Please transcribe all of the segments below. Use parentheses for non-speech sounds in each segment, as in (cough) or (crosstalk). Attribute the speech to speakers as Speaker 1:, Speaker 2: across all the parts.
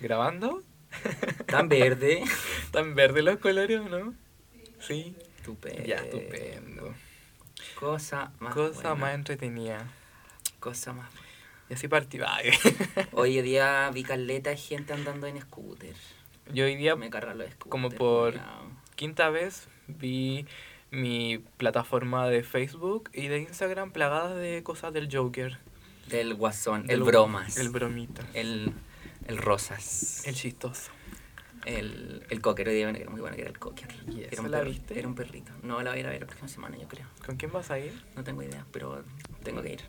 Speaker 1: ¿Grabando?
Speaker 2: Tan verde.
Speaker 1: ¿Tan verdes los colores o no? Sí.
Speaker 2: Estupendo.
Speaker 1: Ya, estupendo.
Speaker 2: Cosa más.
Speaker 1: Cosa
Speaker 2: buena.
Speaker 1: más entretenida.
Speaker 2: Cosa más. buena.
Speaker 1: Y así partí. Ay.
Speaker 2: Hoy día vi caleta de gente andando en scooter.
Speaker 1: (laughs) Yo hoy día,
Speaker 2: Me cargan los scooters.
Speaker 1: Como por-
Speaker 2: culiao.
Speaker 1: quinta vez, vi mi plataforma de Facebook y de Instagram plagada de cosas del Joker.
Speaker 2: Del guasón,
Speaker 1: Del-
Speaker 2: el bromas.
Speaker 1: El
Speaker 2: El,
Speaker 1: bromita.
Speaker 2: el, rosas.
Speaker 1: El chistoso.
Speaker 2: El, el cocker, hoy día era muy bueno que era el cocker.
Speaker 1: ¿Y
Speaker 2: era
Speaker 1: esa
Speaker 2: un
Speaker 1: la
Speaker 2: perro-
Speaker 1: viste?
Speaker 2: Era un perrito. No la voy a ir a ver la próxima semana, yo creo.
Speaker 1: ¿Con quién vas a ir?
Speaker 2: No tengo idea, pero tengo que ir.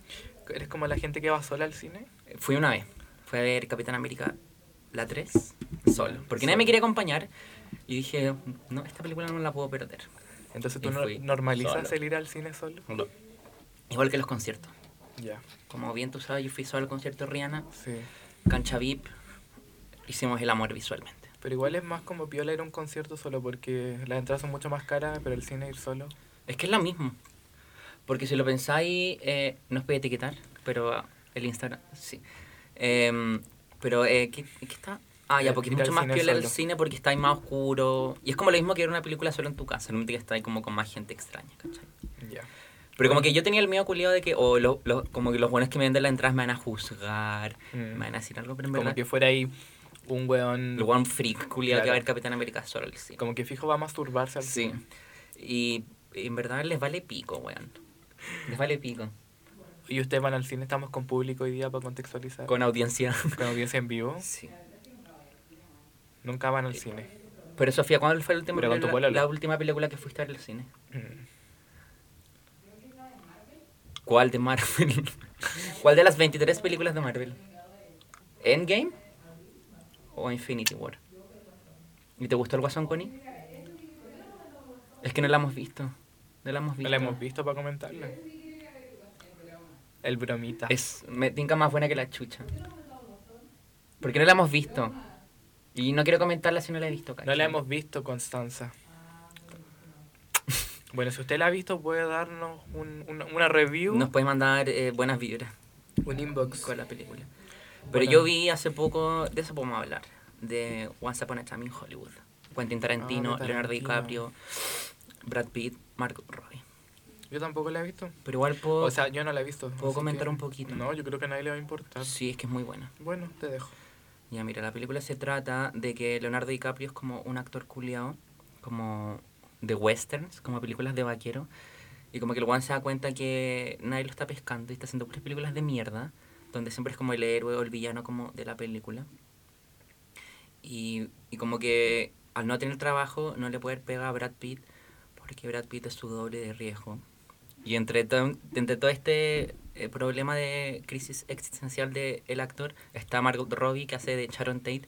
Speaker 1: ¿Eres como la gente que va sola al cine?
Speaker 2: Fui una vez. Fui a ver Capitán América la 3 solo. Porque nadie
Speaker 1: solo.
Speaker 2: me quería acompañar. Y dije, no, esta película no la puedo perder.
Speaker 1: Entonces tú
Speaker 2: Y
Speaker 1: no-
Speaker 2: fui
Speaker 1: normalizas
Speaker 2: solo.
Speaker 1: el ir al cine solo.
Speaker 2: Igual que los conciertos.
Speaker 1: Ya,
Speaker 2: Como bien tú sabes, yo fui solo al concierto de Rihanna,
Speaker 1: sí.
Speaker 2: cancha VIP. Hicimos el amor visualmente.
Speaker 1: Pero igual es más como piola ir a un concierto solo porque las entradas son mucho más caras, pero el cine ir solo.
Speaker 2: Es que es lo mismo. Porque si lo pensáis, eh, no os podéis etiquetar, pero ah, el Instagram, sí. Em, pero, eh, ¿qué, qué está? Ah,
Speaker 1: Eh,
Speaker 2: ya, porque es
Speaker 1: ir al
Speaker 2: mucho más
Speaker 1: cine
Speaker 2: piola el
Speaker 1: solo.
Speaker 2: cine porque está ahí más oscuro. Y es como lo mismo que ver una película solo en tu casa, no que está ahí como con más gente extraña, ¿cachai?
Speaker 1: Ya.
Speaker 2: Pero como que yo tenía el miedo culiado de que, o lo- lo- como que los buenos que me venden las entradas me van a juzgar,
Speaker 1: Mm.
Speaker 2: me van a decir algo, pero en
Speaker 1: Como
Speaker 2: verdad,
Speaker 1: que fuera ahí un weón.
Speaker 2: el one freak culiado que va a
Speaker 1: Claro.
Speaker 2: ver Capitán América solo al cine.
Speaker 1: Como que fijo va a masturbarse al
Speaker 2: Sí. Y en verdad les vale pico, weón. Les vale pico.
Speaker 1: Y ustedes van al cine, estamos con público hoy día para contextualizar. Con,
Speaker 2: Con audiencia.
Speaker 1: audiencia en vivo.
Speaker 2: Sí.
Speaker 1: Nunca van al cine.
Speaker 2: Pero Sofía, ¿cuál fue la última,
Speaker 1: Pero con tu
Speaker 2: película,
Speaker 1: pololo.
Speaker 2: la última película que fuiste a ver al cine?
Speaker 1: Mm.
Speaker 2: ¿Cuál de Marvel? (laughs) ¿Cuál de las 23 películas de Marvel? ¿Endgame? ¿O Infinity War? ¿Y te gustó el Guasón, Connie? Es que no la hemos visto. No la hemos visto.
Speaker 1: No Mm. la hemos visto para comentarla. El bromita.
Speaker 2: Es me tinca más buena que la chucha. Porque no la hemos visto. Y no quiero comentarla si no la he visto.
Speaker 1: No
Speaker 2: ¿cachai?
Speaker 1: la hemos visto, Constanza. Bueno, si usted la ha visto, puede darnos un- una, una review.
Speaker 2: Nos puede mandar eh, buenas vibras.
Speaker 1: Un inbox.
Speaker 2: con la película. Pero
Speaker 1: Bueno.
Speaker 2: yo vi hace poco, de eso podemos hablar, de Once Upon a Time in Hollywood. Quentin Tarantino,
Speaker 1: Ah, de
Speaker 2: Leonardo
Speaker 1: Tarantino.
Speaker 2: DiCaprio, Brad Pitt, Margot Robbie.
Speaker 1: Yo tampoco la he visto.
Speaker 2: Pero igual puedo...
Speaker 1: O sea, yo no la he visto.
Speaker 2: ¿puedo
Speaker 1: así
Speaker 2: comentar
Speaker 1: que-
Speaker 2: un poquito?
Speaker 1: No, yo creo que a nadie le va a importar.
Speaker 2: sí, es que es muy buena.
Speaker 1: Bueno, te dejo.
Speaker 2: Ya, mira, la película se trata de que Leonardo DiCaprio es como un actor culiao, como de westerns, como películas de vaquero. Y como que el one se da cuenta que nadie lo está pescando y está haciendo puras películas de mierda, donde siempre es como el héroe o el villano como de la película. Y, y como que al no tener trabajo no le puede dar pega a Brad Pitt, porque Brad Pitt es su doble de riesgo. Y entre, to- entre todo este eh, problema de crisis existencial del el actor está Margot Robbie que hace de Sharon Tate,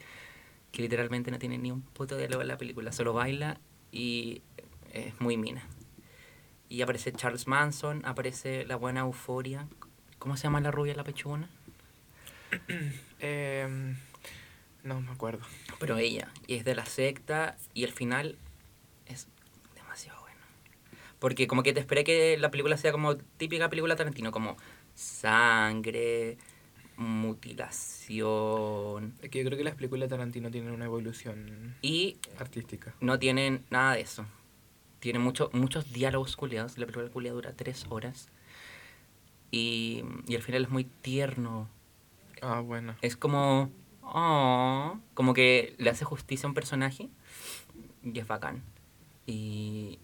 Speaker 2: que literalmente no tiene ni un puto diálogo en la película, solo baila y es muy mina. Y aparece Charles Manson, aparece la buena Euforia. ¿Cómo se llama la rubia la pechugona?
Speaker 1: Eh, no me acuerdo.
Speaker 2: Pero ella, y es de la secta, y el final es demasiado bueno. Porque como que te esperé que la película sea como típica película Tarantino, como sangre, mutilación,
Speaker 1: Es que yo creo que las películas de Tarantino tienen una evolución
Speaker 2: y
Speaker 1: artística.
Speaker 2: no tienen nada de eso. Tienen mucho, muchos diálogos culiados, la película culia dura tres horas, y, y el final es muy tierno,
Speaker 1: Ah, bueno.
Speaker 2: es como... "Aw", como que le hace justicia a un personaje y es bacán. Y...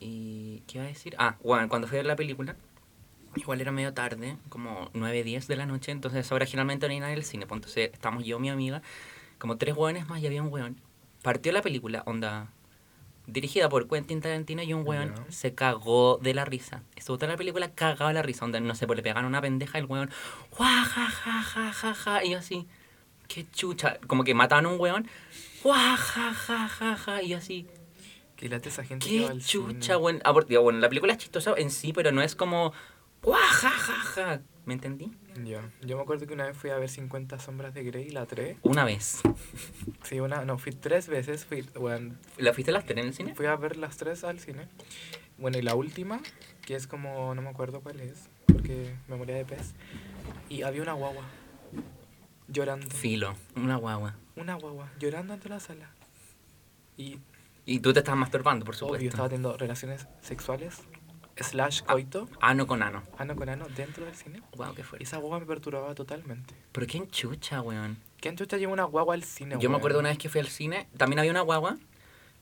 Speaker 2: y ¿Qué iba a decir? Ah, bueno, cuando fui a ver la película, igual era medio tarde, como 9, 10 de la noche, entonces ahora generalmente no hay nadie en el cine, pues, entonces estamos yo, mi amiga, como tres hueones más y había un hueón. Partió la película, onda... Dirigida por Quentin Tarantino y un weón
Speaker 1: Ya.
Speaker 2: se cagó de la risa. Estuvo toda la película cagado de la risa. Onda, no sé, pues le pegaron una pendeja y el weón. ¡Guau, ja, ja, ja, ja, ja! Y yo así, ¡qué chucha! Como que mataban a un weón. ¡Guau, ja, ja, ja, ja! Y yo así,
Speaker 1: Que late esa gente que va
Speaker 2: ¡Qué
Speaker 1: al
Speaker 2: chucha,
Speaker 1: cine.
Speaker 2: weón! Ah, por- digo, bueno, la película es chistosa en sí, pero no es como. ¡Guau, ja, ja, ja! ¿Me entendí?
Speaker 1: Ya. Yo me acuerdo que una vez fui a ver 50 sombras de Grey, la 3.
Speaker 2: Una vez.
Speaker 1: Sí, una, no, fui tres veces, fui, bueno,
Speaker 2: ¿La fuiste a las tres en el cine?
Speaker 1: fui a ver las tres al cine. Bueno, y la última, que es como, no me acuerdo cuál es, porque memoria de pez. Y había una guagua. llorando.
Speaker 2: Filo, una guagua.
Speaker 1: Una guagua llorando ante la sala. Y
Speaker 2: Y tú te estás masturbando, por supuesto.
Speaker 1: obvio, estaba teniendo relaciones sexuales, slash coito,
Speaker 2: Ano con ano.
Speaker 1: ano con ano, dentro del cine.
Speaker 2: Wow, qué
Speaker 1: Y
Speaker 2: fuerte.
Speaker 1: esa guagua me perturbaba totalmente.
Speaker 2: Pero quién chucha, weón.
Speaker 1: ¿Quién chucha lleva una guagua al cine?
Speaker 2: Yo me acuerdo una vez que fui al cine, también había una guagua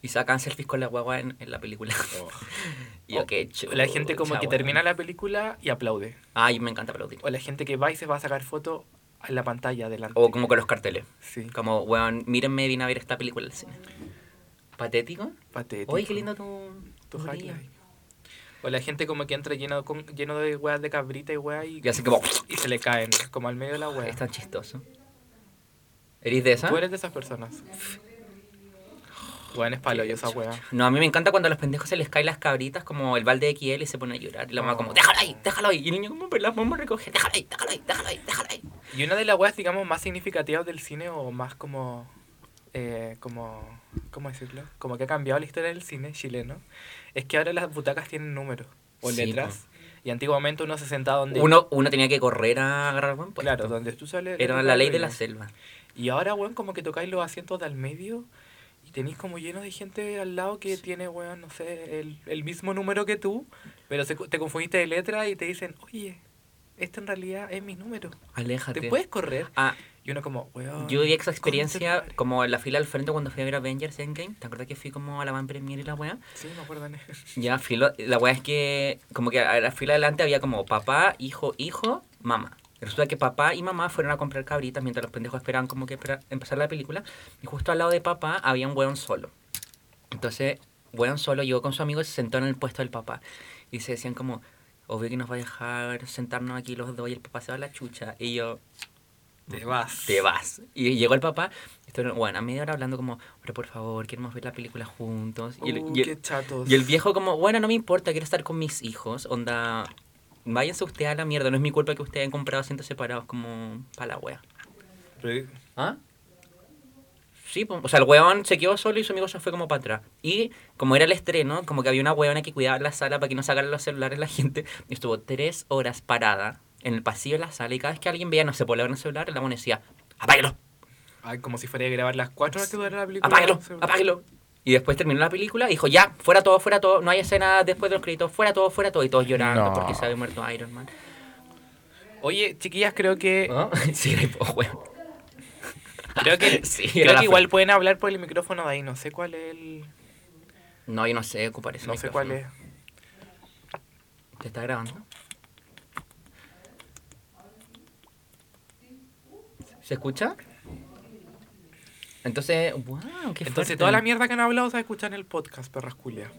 Speaker 2: y sacaban selfies con la guagua en, en la película. (laughs) Y yo, qué chucha,
Speaker 1: Oh. La gente como que
Speaker 2: weón.
Speaker 1: termina la película y aplaude.
Speaker 2: Ay, me encanta aplaudir.
Speaker 1: O la gente que va y se va a sacar foto en la pantalla adelante.
Speaker 2: O como con los carteles.
Speaker 1: Sí,
Speaker 2: Como, weón, mírenme, vine a ver esta película al cine. ¿Patético?
Speaker 1: patético.
Speaker 2: Oye, qué lindo tu...
Speaker 1: Tu
Speaker 2: tu
Speaker 1: highlight.
Speaker 2: día.
Speaker 1: O la gente como que entra lleno, con- lleno de weas de cabrita y wea y,
Speaker 2: Y así como...
Speaker 1: y se le caen, como al medio de la wea.
Speaker 2: Es tan chistoso. ¿Eres de esa?
Speaker 1: Tú eres de esas personas. Weón es palo y esa wea.
Speaker 2: No, a mí me encanta cuando a los pendejos se les caen las cabritas como el balde de XL y se pone a llorar. Y la mamá como,
Speaker 1: Oh.
Speaker 2: déjalo ahí, déjalo ahí. Y el niño como, pero la mamá recoge, déjalo ahí, déjalo ahí, déjalo ahí, déjalo ahí.
Speaker 1: Y una de las weas, digamos, más significativas del cine o más como... eh, como ¿Cómo decirlo? Como que ha cambiado la historia del cine chileno. Es que ahora las butacas tienen números o
Speaker 2: Sí,
Speaker 1: letras. Y antiguamente uno se sentaba donde...
Speaker 2: Uno, uno tenía que correr a agarrar buen puesto.
Speaker 1: claro, donde tú sales...
Speaker 2: Era la ley de
Speaker 1: tuya.
Speaker 2: la selva.
Speaker 1: Y ahora, weón, como que tocáis los asientos del medio y tenéis como lleno de gente al lado que tiene, weón, no sé, el, el mismo número que tú, pero se co- te confundiste de letra y te dicen, oye, este en realidad es mi número.
Speaker 2: Aléjate.
Speaker 1: ¿Te puedes correr?
Speaker 2: Ah,
Speaker 1: Y uno como, weón.
Speaker 2: yo viví esa
Speaker 1: concha
Speaker 2: experiencia
Speaker 1: tu madre".
Speaker 2: como en la fila al frente cuando fui a ver Avengers Endgame. ¿Te acuerdas que fui como a la van premier y la wea?
Speaker 1: Sí, me acuerdo en eso.
Speaker 2: Ya, filo, la wea es que como que a la fila adelante había como papá, hijo, hijo, mamá. Resulta que papá y mamá fueron a comprar cabritas mientras los pendejos esperaban como que espera- empezar la película. Y justo al lado de papá había un weón solo. Entonces, weón solo llegó con su amigo y se sentó en el puesto del papá. Y se decían como, obvio que nos va a dejar sentarnos aquí los dos y el papá se va a la chucha. Y yo,
Speaker 1: Te vas.
Speaker 2: (laughs) te vas. Y llegó el papá, estuvieron, bueno, a media hora hablando como, pero por favor, queremos ver la película juntos. Y el-
Speaker 1: Uh,
Speaker 2: y el-
Speaker 1: qué chatos.
Speaker 2: y el viejo como, bueno, no me importa, quiero estar con mis hijos. Onda, váyanse ustedes a la mierda, no es mi culpa que ustedes hayan comprado asientos separados como para la wea.
Speaker 1: Pero-
Speaker 2: ¿Ah? Sí, po. o sea, el weón se quedó solo y su amigo se fue como para atrás. Y como era el estreno, como que había una weona que cuidaba la sala para que no sacaran los celulares la gente. (laughs) Y estuvo tres horas parada en el pasillo de la sala y cada vez que alguien veía, no se podía ver el celular, la weona decía, apáguelo,
Speaker 1: Ay, como si fuera a grabar las cuatro horas que durará la película.
Speaker 2: apáguelo,
Speaker 1: No sé, weón.
Speaker 2: apáguelo. Y después terminó la película y dijo, ya, fuera todo, fuera todo, no hay escena después de los créditos, fuera todo, fuera todo. Y todos llorando
Speaker 3: No.
Speaker 2: porque se había muerto Iron Man.
Speaker 1: Oye, chiquillas, creo que. (laughs)
Speaker 2: ¿Ah? Sí, era hipo- bueno.
Speaker 1: Creo que,
Speaker 2: (laughs) Sí,
Speaker 1: creo
Speaker 2: era
Speaker 1: que igual
Speaker 2: feo.
Speaker 1: pueden hablar por el micrófono de ahí. No sé cuál es el.
Speaker 2: No, yo no sé ocupar eso.
Speaker 1: No sé cuál es.
Speaker 2: ¿Te está grabando? ¿Se escucha? Entonces, wow, qué fuerte.
Speaker 1: Entonces, toda la mierda que han hablado se va a escuchar en el podcast, perras culia.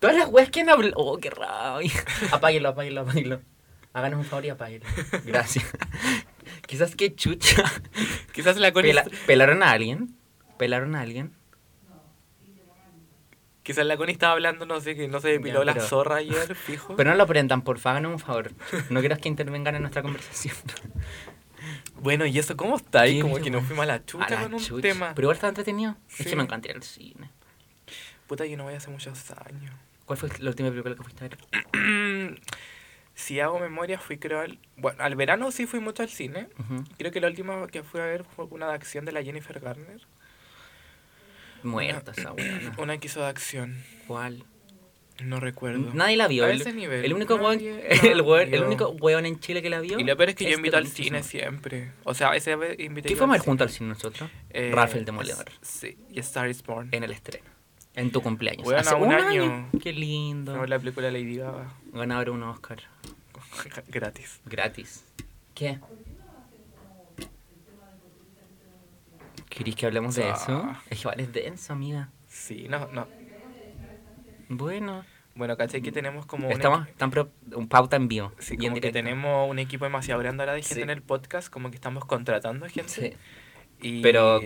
Speaker 2: Todas las weas que han hablado. Oh, qué rabia. (laughs) Apáguelo, apáguelo, apáguelo. Háganos un favor y apáguelo. Gracias. (laughs) Quizás que
Speaker 1: (laughs)
Speaker 2: chucha.
Speaker 1: Quizás la Connie,
Speaker 2: Pela- ¿Pelaron a alguien? ¿Pelaron a alguien?
Speaker 1: quizás la Connie estaba hablando, no sé, que no se depiló
Speaker 2: Ya,
Speaker 1: la
Speaker 2: pero-
Speaker 1: zorra ayer, fijo.
Speaker 2: (laughs) Pero no lo prendan, porfa, háganos un favor. No quieras que intervengan en nuestra conversación. (laughs)
Speaker 1: bueno, ¿y eso cómo está ahí?
Speaker 2: Qué
Speaker 1: Como que nos
Speaker 2: vergüenza.
Speaker 1: fuimos a la chucha
Speaker 2: A la
Speaker 1: con un
Speaker 2: chucha.
Speaker 1: tema.
Speaker 2: Pero igual está entretenido. Es
Speaker 1: Sí.
Speaker 2: que me encanta ir al cine.
Speaker 1: Puta, yo no voy hace muchos años.
Speaker 2: ¿Cuál fue la última película que fuiste a ver?
Speaker 1: mm, si hago memoria, fui creo al... Bueno, al verano sí fui mucho al cine.
Speaker 2: Ujú.
Speaker 1: Creo que la última que fui a ver fue una de acción de la Jennifer Garner.
Speaker 2: Muerta esa weona.
Speaker 1: Una que hizo de acción.
Speaker 2: ¿Cuál?
Speaker 1: No recuerdo.
Speaker 2: Nadie la vio.
Speaker 1: A
Speaker 2: el,
Speaker 1: ese nivel.
Speaker 2: el único weón,
Speaker 1: Nadie
Speaker 2: (laughs) el,
Speaker 1: la
Speaker 2: weón- el
Speaker 1: vio.
Speaker 2: único weón en Chile que la vio.
Speaker 1: Y lo peor es que yo
Speaker 2: este
Speaker 1: invito al
Speaker 2: concha
Speaker 1: cine
Speaker 2: su madre.
Speaker 1: siempre. O sea, ese vez invité
Speaker 2: ¿Qué
Speaker 1: yo
Speaker 2: fuimos a
Speaker 1: al
Speaker 2: ver junto al cine nosotros?
Speaker 1: Eh,
Speaker 2: Ralph el Demoledor.
Speaker 1: s- Sí, y Star is Born.
Speaker 2: En el estreno. En tu cumpleaños.
Speaker 1: Weón, a un año.
Speaker 2: Qué lindo.
Speaker 1: No, la película Lady Gaga. (laughs)
Speaker 2: Ganador un Oscar.
Speaker 1: Gratis.
Speaker 2: Gratis. ¿Qué? ¿Querís que hablemos de
Speaker 1: Ah.
Speaker 2: eso? Es que vale, es denso, amiga.
Speaker 1: Sí, no, no.
Speaker 2: Bueno.
Speaker 1: Bueno, caché que tenemos como. un
Speaker 2: Estamos
Speaker 1: equi-
Speaker 2: tan pro, un pauta en vivo.
Speaker 1: Sí,
Speaker 2: Mm. bien
Speaker 1: como que
Speaker 2: directo.
Speaker 1: tenemos un equipo demasiado grande ahora de gente
Speaker 2: Sí.
Speaker 1: en el podcast, como que estamos contratando gente.
Speaker 2: Sí.
Speaker 1: Y,
Speaker 2: Pero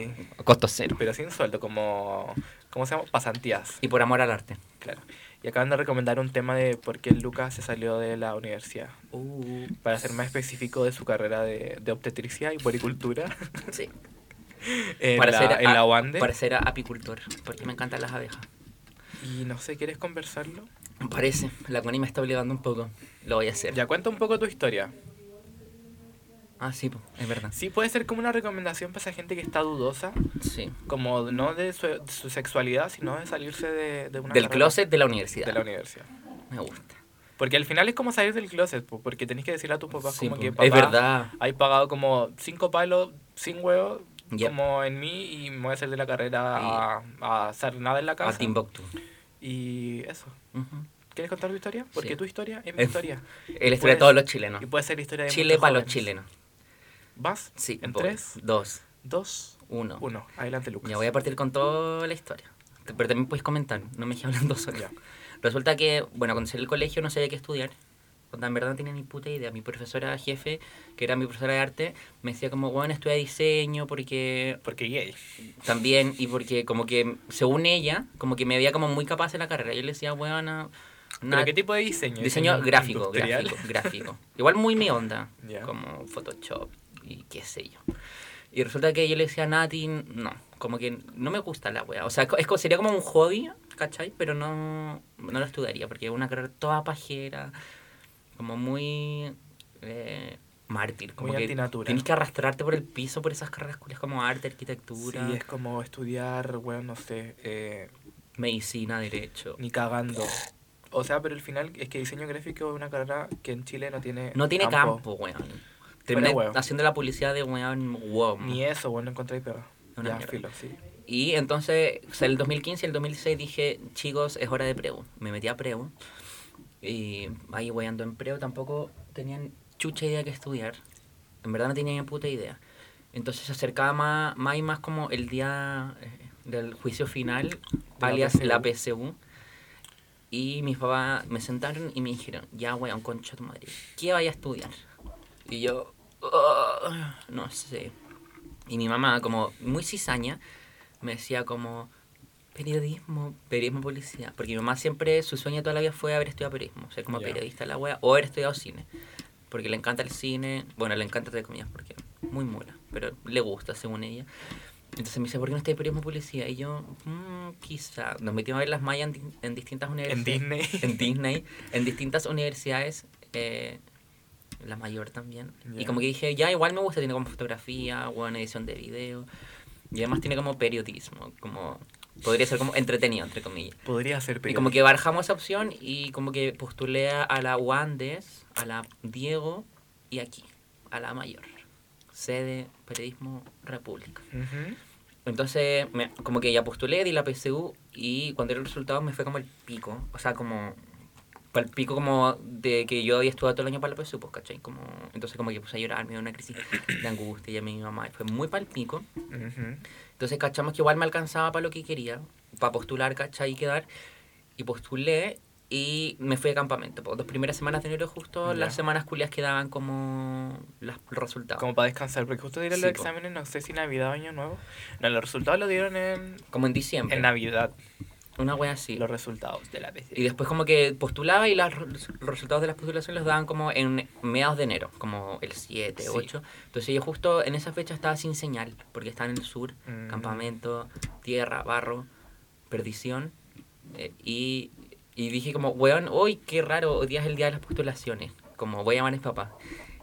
Speaker 2: costo cero.
Speaker 1: Pero sin sueldo, como. ¿Cómo se llama? Pasantías.
Speaker 2: Y por amor al arte.
Speaker 1: Claro. Y acaban de recomendar un tema de por qué Lucas se salió de la universidad. Para ser más específico de su carrera de, de obstetricia y puericultura.
Speaker 2: sí.
Speaker 1: (laughs) En
Speaker 2: para,
Speaker 1: la,
Speaker 2: ser
Speaker 1: en la
Speaker 2: a-
Speaker 1: UANDE.
Speaker 2: para ser apicultor. Porque me encantan las abejas.
Speaker 1: Y no sé, ¿quieres conversarlo?
Speaker 2: Parece. La Connie me está obligando un poco. Lo voy a hacer.
Speaker 1: Ya cuenta un poco tu historia.
Speaker 2: Ah, sí, po, es verdad.
Speaker 1: Sí, puede ser como una recomendación para esa gente que está dudosa,
Speaker 2: Sí.
Speaker 1: como no de su, de su sexualidad, sino de salirse de, de una
Speaker 2: Del
Speaker 1: carrera
Speaker 2: closet de la universidad.
Speaker 1: de la universidad.
Speaker 2: Me gusta.
Speaker 1: Porque al final es como salir del closet, po, porque tenés que decirle a tus papás
Speaker 2: Sí,
Speaker 1: Pues como
Speaker 2: po.
Speaker 1: que
Speaker 2: es
Speaker 1: "Papá,
Speaker 2: verdad.
Speaker 1: hay pagado como cinco palos sin huevo,
Speaker 2: Ya.
Speaker 1: como en mí, y me voy a hacer de la carrera a, a hacer nada en la
Speaker 2: A
Speaker 1: casa.
Speaker 2: Timbuktu.
Speaker 1: Y eso.
Speaker 2: Ujú.
Speaker 1: ¿Quieres contar tu historia? Porque
Speaker 2: Sí.
Speaker 1: tu historia es mi
Speaker 2: Eh, (laughs)
Speaker 1: historia.
Speaker 2: El
Speaker 1: Puede
Speaker 2: historia de todos
Speaker 1: ser.
Speaker 2: los chilenos.
Speaker 1: Y puede ser la historia de
Speaker 2: Chile
Speaker 1: muchos
Speaker 2: para los
Speaker 1: jóvenes.
Speaker 2: chilenos.
Speaker 1: ¿Vas?
Speaker 2: Sí.
Speaker 1: En
Speaker 2: voy.
Speaker 1: 3,
Speaker 2: Dos.
Speaker 1: 2,
Speaker 2: Uno.
Speaker 1: 1. Adelante, Lucas.
Speaker 2: Ya voy a partir con toda la historia. Te- Pero también puedes comentar, no me dejé hablando
Speaker 1: (laughs)
Speaker 2: solo.
Speaker 1: Ya.
Speaker 2: Resulta que, bueno, cuando salí del colegio no sabía qué estudiar. Cuando en verdad no tenía ni puta idea. Mi profesora jefe, que era mi profesora de arte, me decía como, bueno, estudia diseño porque
Speaker 1: Porque gay.
Speaker 2: también, y porque como que, según ella, como que me veía como muy capaz en la carrera. Yo le decía, bueno, na-
Speaker 1: ¿Pero
Speaker 2: na-
Speaker 1: qué tipo de diseño?
Speaker 2: diseño gráfico,
Speaker 1: industrial?
Speaker 2: gráfico, gráfico. Igual muy mi onda,
Speaker 1: (laughs) Ya.
Speaker 2: como Photoshop y qué sé yo. Y resulta que yo le decía a Nati, no, como que no me gusta la wea. O sea, es, co- sería como un hobby, ¿cachai? Pero no, no lo estudiaría, porque es una carrera toda pajera, como muy eh, mártir. Como
Speaker 1: Muy
Speaker 2: que
Speaker 1: antinatura.
Speaker 2: Tienes que arrastrarte por el piso por esas carreras culias como arte, arquitectura,
Speaker 1: Sí, es como estudiar, bueno, no sé, eh,
Speaker 2: medicina, derecho.
Speaker 1: ni cagando. O sea, pero al final es que diseño gráfico es una carrera que en Chile no tiene
Speaker 2: No tiene campo, weón. Terminé
Speaker 1: weón.
Speaker 2: haciendo la publicidad de weón, wow.
Speaker 1: Ni eso, bueno, encontré pega.
Speaker 2: Una
Speaker 1: ya,
Speaker 2: mierda.
Speaker 1: filo, sí.
Speaker 2: Y entonces, o sea, el 2015 y el 2016 dije, chicos, es hora de preu. Me metí a preu. Y ahí ando en preu tampoco tenían chucha idea que estudiar. En verdad no tenían ni puta idea. Entonces se acercaba más, más y más como el día eh, del juicio final,
Speaker 1: la
Speaker 2: alias
Speaker 1: PSU.
Speaker 2: la PSU. Y mis papás me sentaron y me dijeron, ya weón, concha tu madre, ¿qué vaya a estudiar? Y yo, "Ah, no sé. Y mi mamá, como muy cizaña, me decía como, periodismo, periodismo publicidad. Porque mi mamá siempre, su sueño toda la vida fue haber estudiado periodismo, ser como
Speaker 1: Ya.
Speaker 2: periodista la wea, o haber estudiado cine. Porque le encanta el cine, bueno, le encanta entre comillas, porque es muy mula, pero le gusta según ella. Entonces me dice, ¿por qué no estudias periodismo publicidad? Y yo, "Mm, quizá. Nos metimos a ver las mallas en, di- en distintas
Speaker 1: En
Speaker 2: universidades
Speaker 1: Disney.
Speaker 2: en Disney, en distintas universidades, eh, la mayor también. Y
Speaker 1: Ya.
Speaker 2: como que dije, ya igual me gusta, tiene como fotografía, buena edición de video, y además tiene como periodismo, como podría ser como entretenido, entre comillas.
Speaker 1: Podría ser
Speaker 2: Y
Speaker 1: periodista.
Speaker 2: como que barajamos esa opción y como que postulé a, a la Wandes, a la Diego y aquí, a la mayor, sede Periodismo República.
Speaker 1: Ujú.
Speaker 2: Entonces, me- como que ya postulé, di la PSU y cuando era el resultado me fue como el pico. O sea, como. Para el pico como de que yo había estudiado todo el año para la PSU, pues, ¿cachai? Como, entonces, como que puse a llorar, me dio una crisis de angustia, llamé a mi mamá, y fue muy para el pico.
Speaker 1: Ujú.
Speaker 2: Entonces, cachamos que igual me alcanzaba para lo que quería, para postular, ¿cachai? Y quedar. Y postulé y me fui de campamento. Por dos primeras semanas de enero, justo
Speaker 1: Ya.
Speaker 2: las semanas culias que daban como las- los resultados.
Speaker 1: Como para descansar, porque justo dieron los
Speaker 2: Sí, po.
Speaker 1: exámenes, no sé si Navidad o Año Nuevo. No, los resultados los dieron en,
Speaker 2: Como en diciembre.
Speaker 1: en Navidad,
Speaker 2: Una wea así.
Speaker 1: los resultados de la PC.
Speaker 2: Y después como que postulaba y las- los resultados de las postulaciones los daban como en mediados de enero, como el 7,
Speaker 1: Sí.
Speaker 2: 8. Entonces yo justo en esa fecha estaba sin señal, porque estaba en el sur,
Speaker 1: Mm.
Speaker 2: campamento, tierra, barro, perdición. eh, y, y dije como, weón, hoy qué raro, hoy día es el día de las postulaciones. Como voy a llamar a mis papás.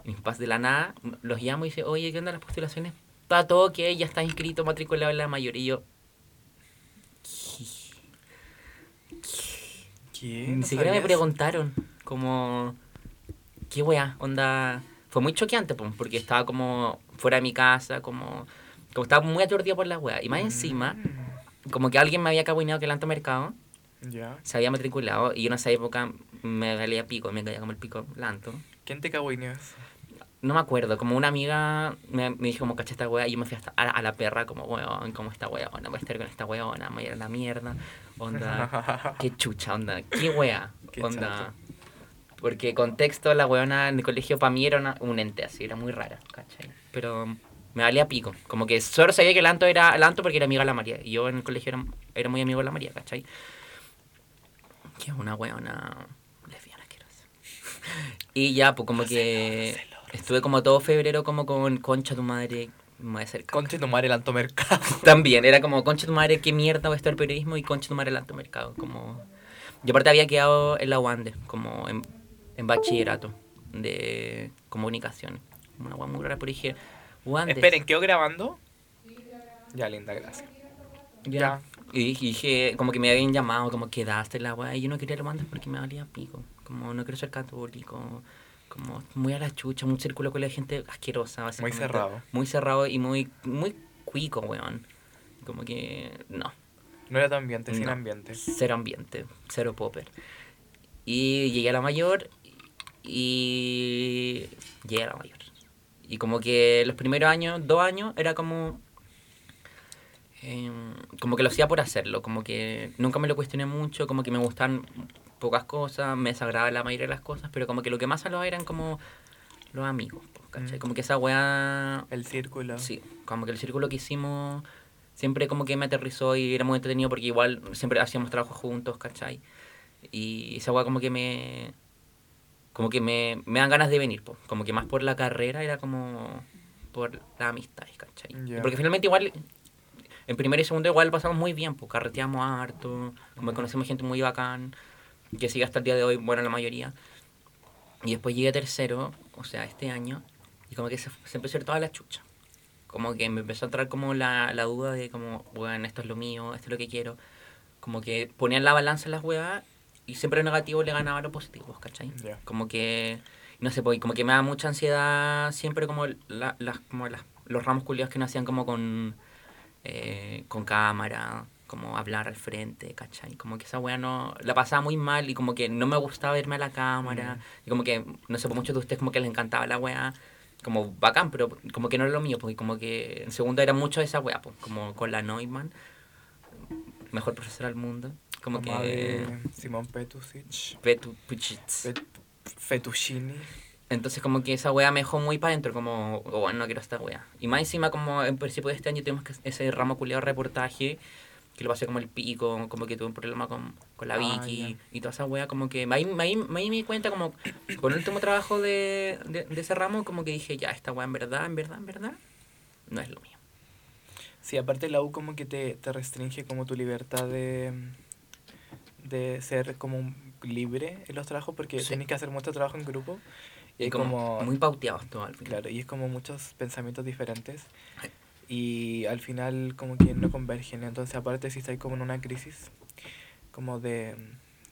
Speaker 2: Y mis papás de la nada los llamo y dice, oye, ¿qué onda las postulaciones? Está todo que ya está inscrito, matriculado en la mayoría. Y yo,
Speaker 1: ¿Qué?
Speaker 2: Ni
Speaker 1: ¿No
Speaker 2: siquiera me
Speaker 1: sabías?
Speaker 2: preguntaron, como, ¿qué weá? Onda. Fue muy choqueante, pum, porque estaba como fuera de mi casa, como. Como estaba muy aturdido por la weá. Y más encima, como que alguien me había cabineado que el antomercado
Speaker 1: Ya.
Speaker 2: se había matriculado y yo en esa época me valía pico, me caía como el pico lanto.
Speaker 1: ¿Quién te cagüineó eso?
Speaker 2: No me acuerdo, como una amiga me, me dijo como caché esta weá y yo me fui hasta a, la- a la perra como weón, como esta weona, voy a estar con esta weona, me voy a ir a la mierda, onda. Qué chucha, onda. Qué wea.
Speaker 1: Qué
Speaker 2: onda. Porque contexto, la weona en el colegio para mí era una- un ente así, era muy rara, ¿cachai? Pero me valía pico. Como que solo sabía que el Anto era el Anto porque era amiga de la María. Y yo en el colegio era, era muy amigo de la María, ¿cachai? Que es una weona lesbiana asquerosa. Y ya, pues como que estuve como todo febrero como con concha tu madre, me voy a hacer caca.
Speaker 1: Conche tu madre el antomercado.
Speaker 2: (laughs) También, era como, concha tu madre, qué mierda va a estar periodismo y concha tu madre el alto mercado. Como... Yo aparte había quedado en la UANDE, como en, en bachillerato de comunicación. una weá muy rara, pero dije, weón, des-
Speaker 1: Esperen, ¿quedo grabando? Ya, linda, gracias.
Speaker 2: Ya. Y dije- dije, como que me habían llamado, como quedaste la weá, y yo no quería el antes porque me valía pico. Como no quiero ser católico, como muy a la chucha, muy círculo con la gente asquerosa, básicamente.
Speaker 1: cerrado.
Speaker 2: Muy cerrado y muy, muy cuico, weón. Como que, no.
Speaker 1: No era tu ambiente, sin
Speaker 2: No.
Speaker 1: ambiente.
Speaker 2: Cero ambiente, cero popper. Y llegué a la mayor y llegué a la mayor. Y como que los primeros años, dos años, era como... em, como que lo hacía por hacerlo, como que nunca me lo cuestioné mucho, como que me gustan pocas cosas, me desagradaban la mayoría de las cosas, pero como que lo que más salvaba eran como los amigos, ¿cachai?
Speaker 1: Mm.
Speaker 2: Como que esa weá
Speaker 1: El círculo.
Speaker 2: Sí, como que el círculo que hicimos siempre como que me aterrizó y era muy entretenido porque igual siempre hacíamos trabajo juntos, ¿cachai? Y esa weá como que me... Como que me, me dan ganas de venir, po. como que más por la carrera era como por la amistad, ¿cachai?
Speaker 1: Ya.
Speaker 2: Porque finalmente igual, en primero y segundo igual pasamos muy bien, pues carreteamos harto, como que conocimos gente muy bacán, que sigue hasta el día de hoy, bueno, la mayoría. Y después llegué a tercero, o sea, este año, y como que se, se empezó a ir toda la chucha. Como que me empezó a entrar como la, la duda de como, bueno, esto es lo mío, esto es lo que quiero. Como que ponía en la balanza las huevas y siempre lo negativo le ganaba a lo positivo, ¿cachai?
Speaker 1: Ya.
Speaker 2: Como que, no sé, pues, como que me da mucha ansiedad siempre como, la- las, como las- los ramos culiados que no hacían como con, eh, con cámara, como hablar al frente, ¿cachai? Como que esa wea no, la pasaba muy mal y como que no me gustaba verme a la cámara. Y como que, no sé, por muchos de ustedes como que les encantaba la wea, como bacán, pero como que no era lo mío, porque como que en segundo era mucho esa wea, pues, como con la Neumann, mejor profesora del mundo. Como
Speaker 1: Mamá
Speaker 2: que...
Speaker 1: de Simón Petusic.
Speaker 2: Petu- puchits.
Speaker 1: Pet- Fettuccini.
Speaker 2: Entonces como que esa weá me dejó muy para adentro, como, oh, bueno, no quiero esta weá. Y más encima como en principio de este año tuvimos que- ese ramo culiado reportaje, que lo pasé como el pico, como que tuve un problema con, con la
Speaker 1: Ah,
Speaker 2: Vicky
Speaker 1: ya.
Speaker 2: y toda esa weá, como que ahí, ahí- ahí me di cuenta como con el último trabajo de, de, de ese ramo, como que dije, ya, esta weá en verdad, en verdad, en verdad, no es lo mío.
Speaker 1: Sí, aparte la U como que te, te restringe como tu libertad de, de ser como un- libre en los trabajos porque
Speaker 2: Sí.
Speaker 1: tenés que hacer mucho trabajo en grupo y
Speaker 2: Y
Speaker 1: hay como,
Speaker 2: como, muy pauteados todo al final.
Speaker 1: claro, y es como muchos pensamientos diferentes y al final como que no convergen. Entonces aparte si estáis como en una crisis como de,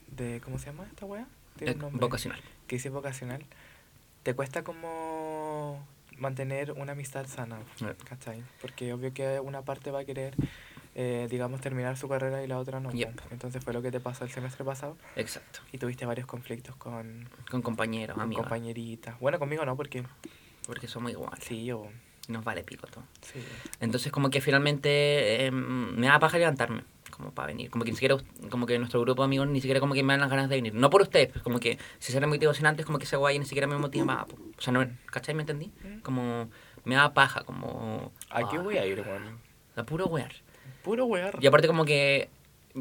Speaker 1: de ¿cómo se llama esta wea? Tiene
Speaker 2: Eh,
Speaker 1: un nombre.
Speaker 2: vocacional.
Speaker 1: Crisis vocacional. Te cuesta como mantener una amistad sana.
Speaker 2: Eh,
Speaker 1: ¿Cachai? Porque obvio que una parte va a querer, eh, digamos, terminar su carrera y la otra no. po.
Speaker 2: Yep.
Speaker 1: Entonces fue lo que te pasó el semestre pasado
Speaker 2: Exacto.
Speaker 1: y tuviste varios conflictos con,
Speaker 2: Con compañeros,
Speaker 1: con
Speaker 2: amigos.
Speaker 1: compañeritas. Bueno, conmigo no, porque
Speaker 2: porque somos iguales.
Speaker 1: sí, yo.
Speaker 2: Nos vale pico todo.
Speaker 1: Sí.
Speaker 2: Entonces como que finalmente eh, me da paja levantarme como para venir. Como que ni siquiera como que nuestro grupo de amigos ni siquiera como que me dan las ganas de venir. No por ustedes, pues como que si se la motivación antes como que ese guay ni siquiera me motivaba. po. O sea, no, ¿cachai? ¿Me entendí? Como me da paja, como...
Speaker 1: Mm. ¿A qué
Speaker 2: ah,
Speaker 1: voy a ir, weón?
Speaker 2: La puro wear.
Speaker 1: Puro wear.
Speaker 2: Y aparte como que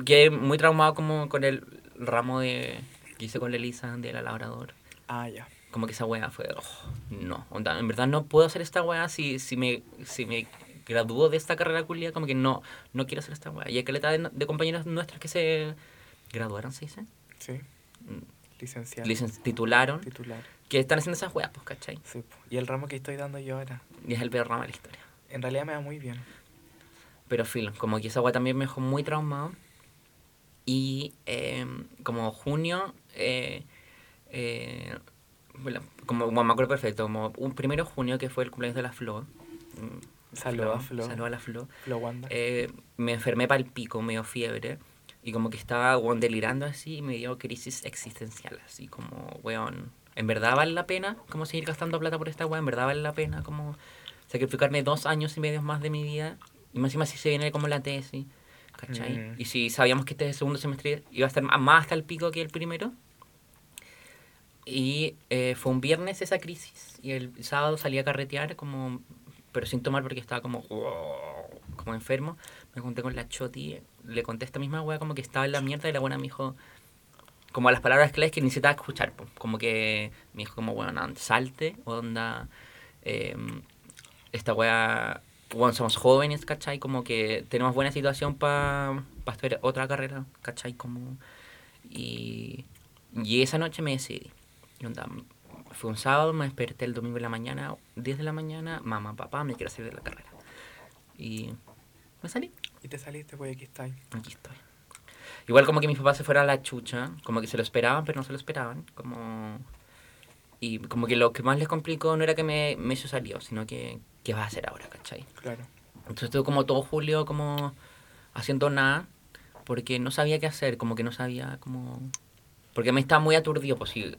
Speaker 2: quedé muy traumado como con el ramo de... que hice con la Elisa de la labrador.
Speaker 1: Ah, ya.
Speaker 2: Como que esa weá fue, "Oh, no, onda, en verdad no puedo hacer esta weá si, si, me, si me gradúo de esta carrera culia, como que no, no quiero hacer esta weá. Y hay caleta de, de compañeros nuestros que se graduaron, ¿se dice?
Speaker 1: Sí.
Speaker 2: Mm.
Speaker 1: Licenciado.
Speaker 2: Licen- titularon,
Speaker 1: Titular.
Speaker 2: que están haciendo esas weas, pues, ¿cachai?
Speaker 1: Sí. po. Y el ramo que estoy dando yo ahora.
Speaker 2: Y es el peor ramo de la historia.
Speaker 1: En realidad me va muy bien.
Speaker 2: Pero filo, como que esa weá también me dejó muy traumado. Y eh, como junio, eh, eh, bueno, como bueno, me acuerdo perfecto, como un primero de junio que fue el cumpleaños de la Flo. mm,
Speaker 1: Saludos a Flo.
Speaker 2: Saludos a la Flo.
Speaker 1: Lo Wanda.
Speaker 2: Eh, me enfermé para el pico, me dio fiebre. Y como que estaba weón, delirando así y me dio crisis existencial. Así como, weón, ¿en verdad vale la pena como seguir gastando plata por esta weón? ¿En verdad vale la pena como sacrificarme dos años y medio más de mi vida? Y más encima si se viene como la tesis, ¿cachai?
Speaker 1: Mm.
Speaker 2: Y si sabíamos que este segundo semestre iba a estar ma- más hasta el pico que el primero. Y eh, fue un viernes esa crisis. Y el sábado salí a carretear, como, pero sin tomar porque estaba como, como enfermo. Me junté con la Choti, le conté a esta misma wea como que estaba en la mierda y la buena me dijo, como a las palabras claves que necesitaba escuchar. po. Como que me dijo como, bueno, anda, salte, onda, eh, esta wea, bueno, somos jóvenes, ¿cachai? Como que tenemos buena situación para estudiar otra carrera, ¿cachai? Como... Y, y esa noche me decidí. Y onda, Fue un sábado, me desperté el domingo en la mañana, 10 de la mañana, mamá, papá, me quiero salir de la carrera. Y me salí,
Speaker 1: Y te saliste, güey, aquí estáis.
Speaker 2: aquí estoy. Igual como que mis papás se fueron a la chucha, como que se lo esperaban, pero no se lo esperaban, como... Y como que lo que más les complicó no era que me, me hizo salió, sino que, ¿qué vas a hacer ahora, cachai?
Speaker 1: Claro.
Speaker 2: Entonces estuve como todo julio como haciendo nada porque no sabía qué hacer, como que no sabía como... Porque me estaba muy aturdido, pues si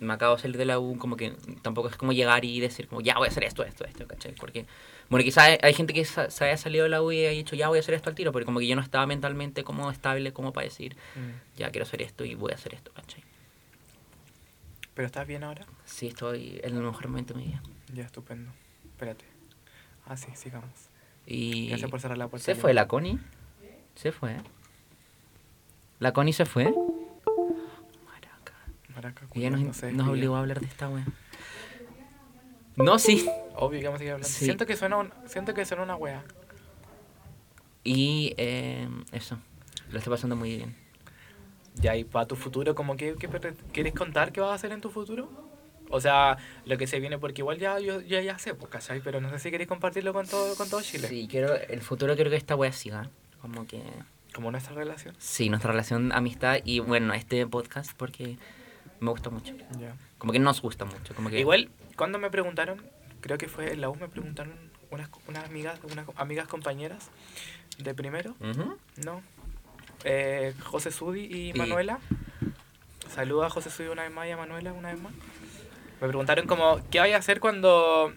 Speaker 2: me acabo de salir de la U, como que tampoco es como llegar y decir como ya voy a hacer esto, esto, esto, ¿cachai? Porque, bueno, quizás hay, hay gente que sa- se haya salido de la U y haya dicho ya voy a hacer esto al tiro, pero como que yo no estaba mentalmente como estable como para decir
Speaker 1: Mm.
Speaker 2: ya quiero hacer esto y voy a hacer esto, ¿cachai?
Speaker 1: ¿Pero estás bien ahora?
Speaker 2: Sí, estoy en el mejor momento de mi vida.
Speaker 1: Ya, estupendo. Espérate. Ah, sí, sigamos.
Speaker 2: Y...
Speaker 1: Gracias por cerrar la puerta.
Speaker 2: Se
Speaker 1: Leo.
Speaker 2: fue la Connie. Se fue. La Connie se fue. Maraca.
Speaker 1: Maraca,
Speaker 2: Ella
Speaker 1: culiao,
Speaker 2: nos,
Speaker 1: no sé,
Speaker 2: nos
Speaker 1: culiao.
Speaker 2: obligó a hablar de esta wea. No, sí.
Speaker 1: Obvio que vamos a seguir hablando.
Speaker 2: Sí.
Speaker 1: Siento que suena, un- siento que suena una wea.
Speaker 2: Y eh, eso. Lo está pasando muy bien.
Speaker 1: Ya, y para tu futuro, como que, que pre- ¿quieres contar qué vas a hacer en tu futuro? O sea, lo que se viene, porque igual ya yo ya, ya sé, pues, ¿cachai? Pero no sé si queréis compartirlo con todo, con todo Chile.
Speaker 2: Sí, quiero, el futuro quiero que esta wea siga. Como que.
Speaker 1: Como nuestra relación.
Speaker 2: Sí, nuestra relación, amistad y bueno, este podcast porque me gusta mucho.
Speaker 1: Ya.
Speaker 2: Como que nos gusta mucho. Como que
Speaker 1: Igual, cuando me preguntaron, creo que fue en la U, me preguntaron unas, co- unas amigas, unas co- amigas compañeras de primero,
Speaker 2: Ujú.
Speaker 1: ¿no? Eh, José Sudi y
Speaker 2: Y-
Speaker 1: Manuela. Saluda a José Sudi una vez más y a Manuela una vez más. Me preguntaron como, ¿qué vaya a hacer cuando...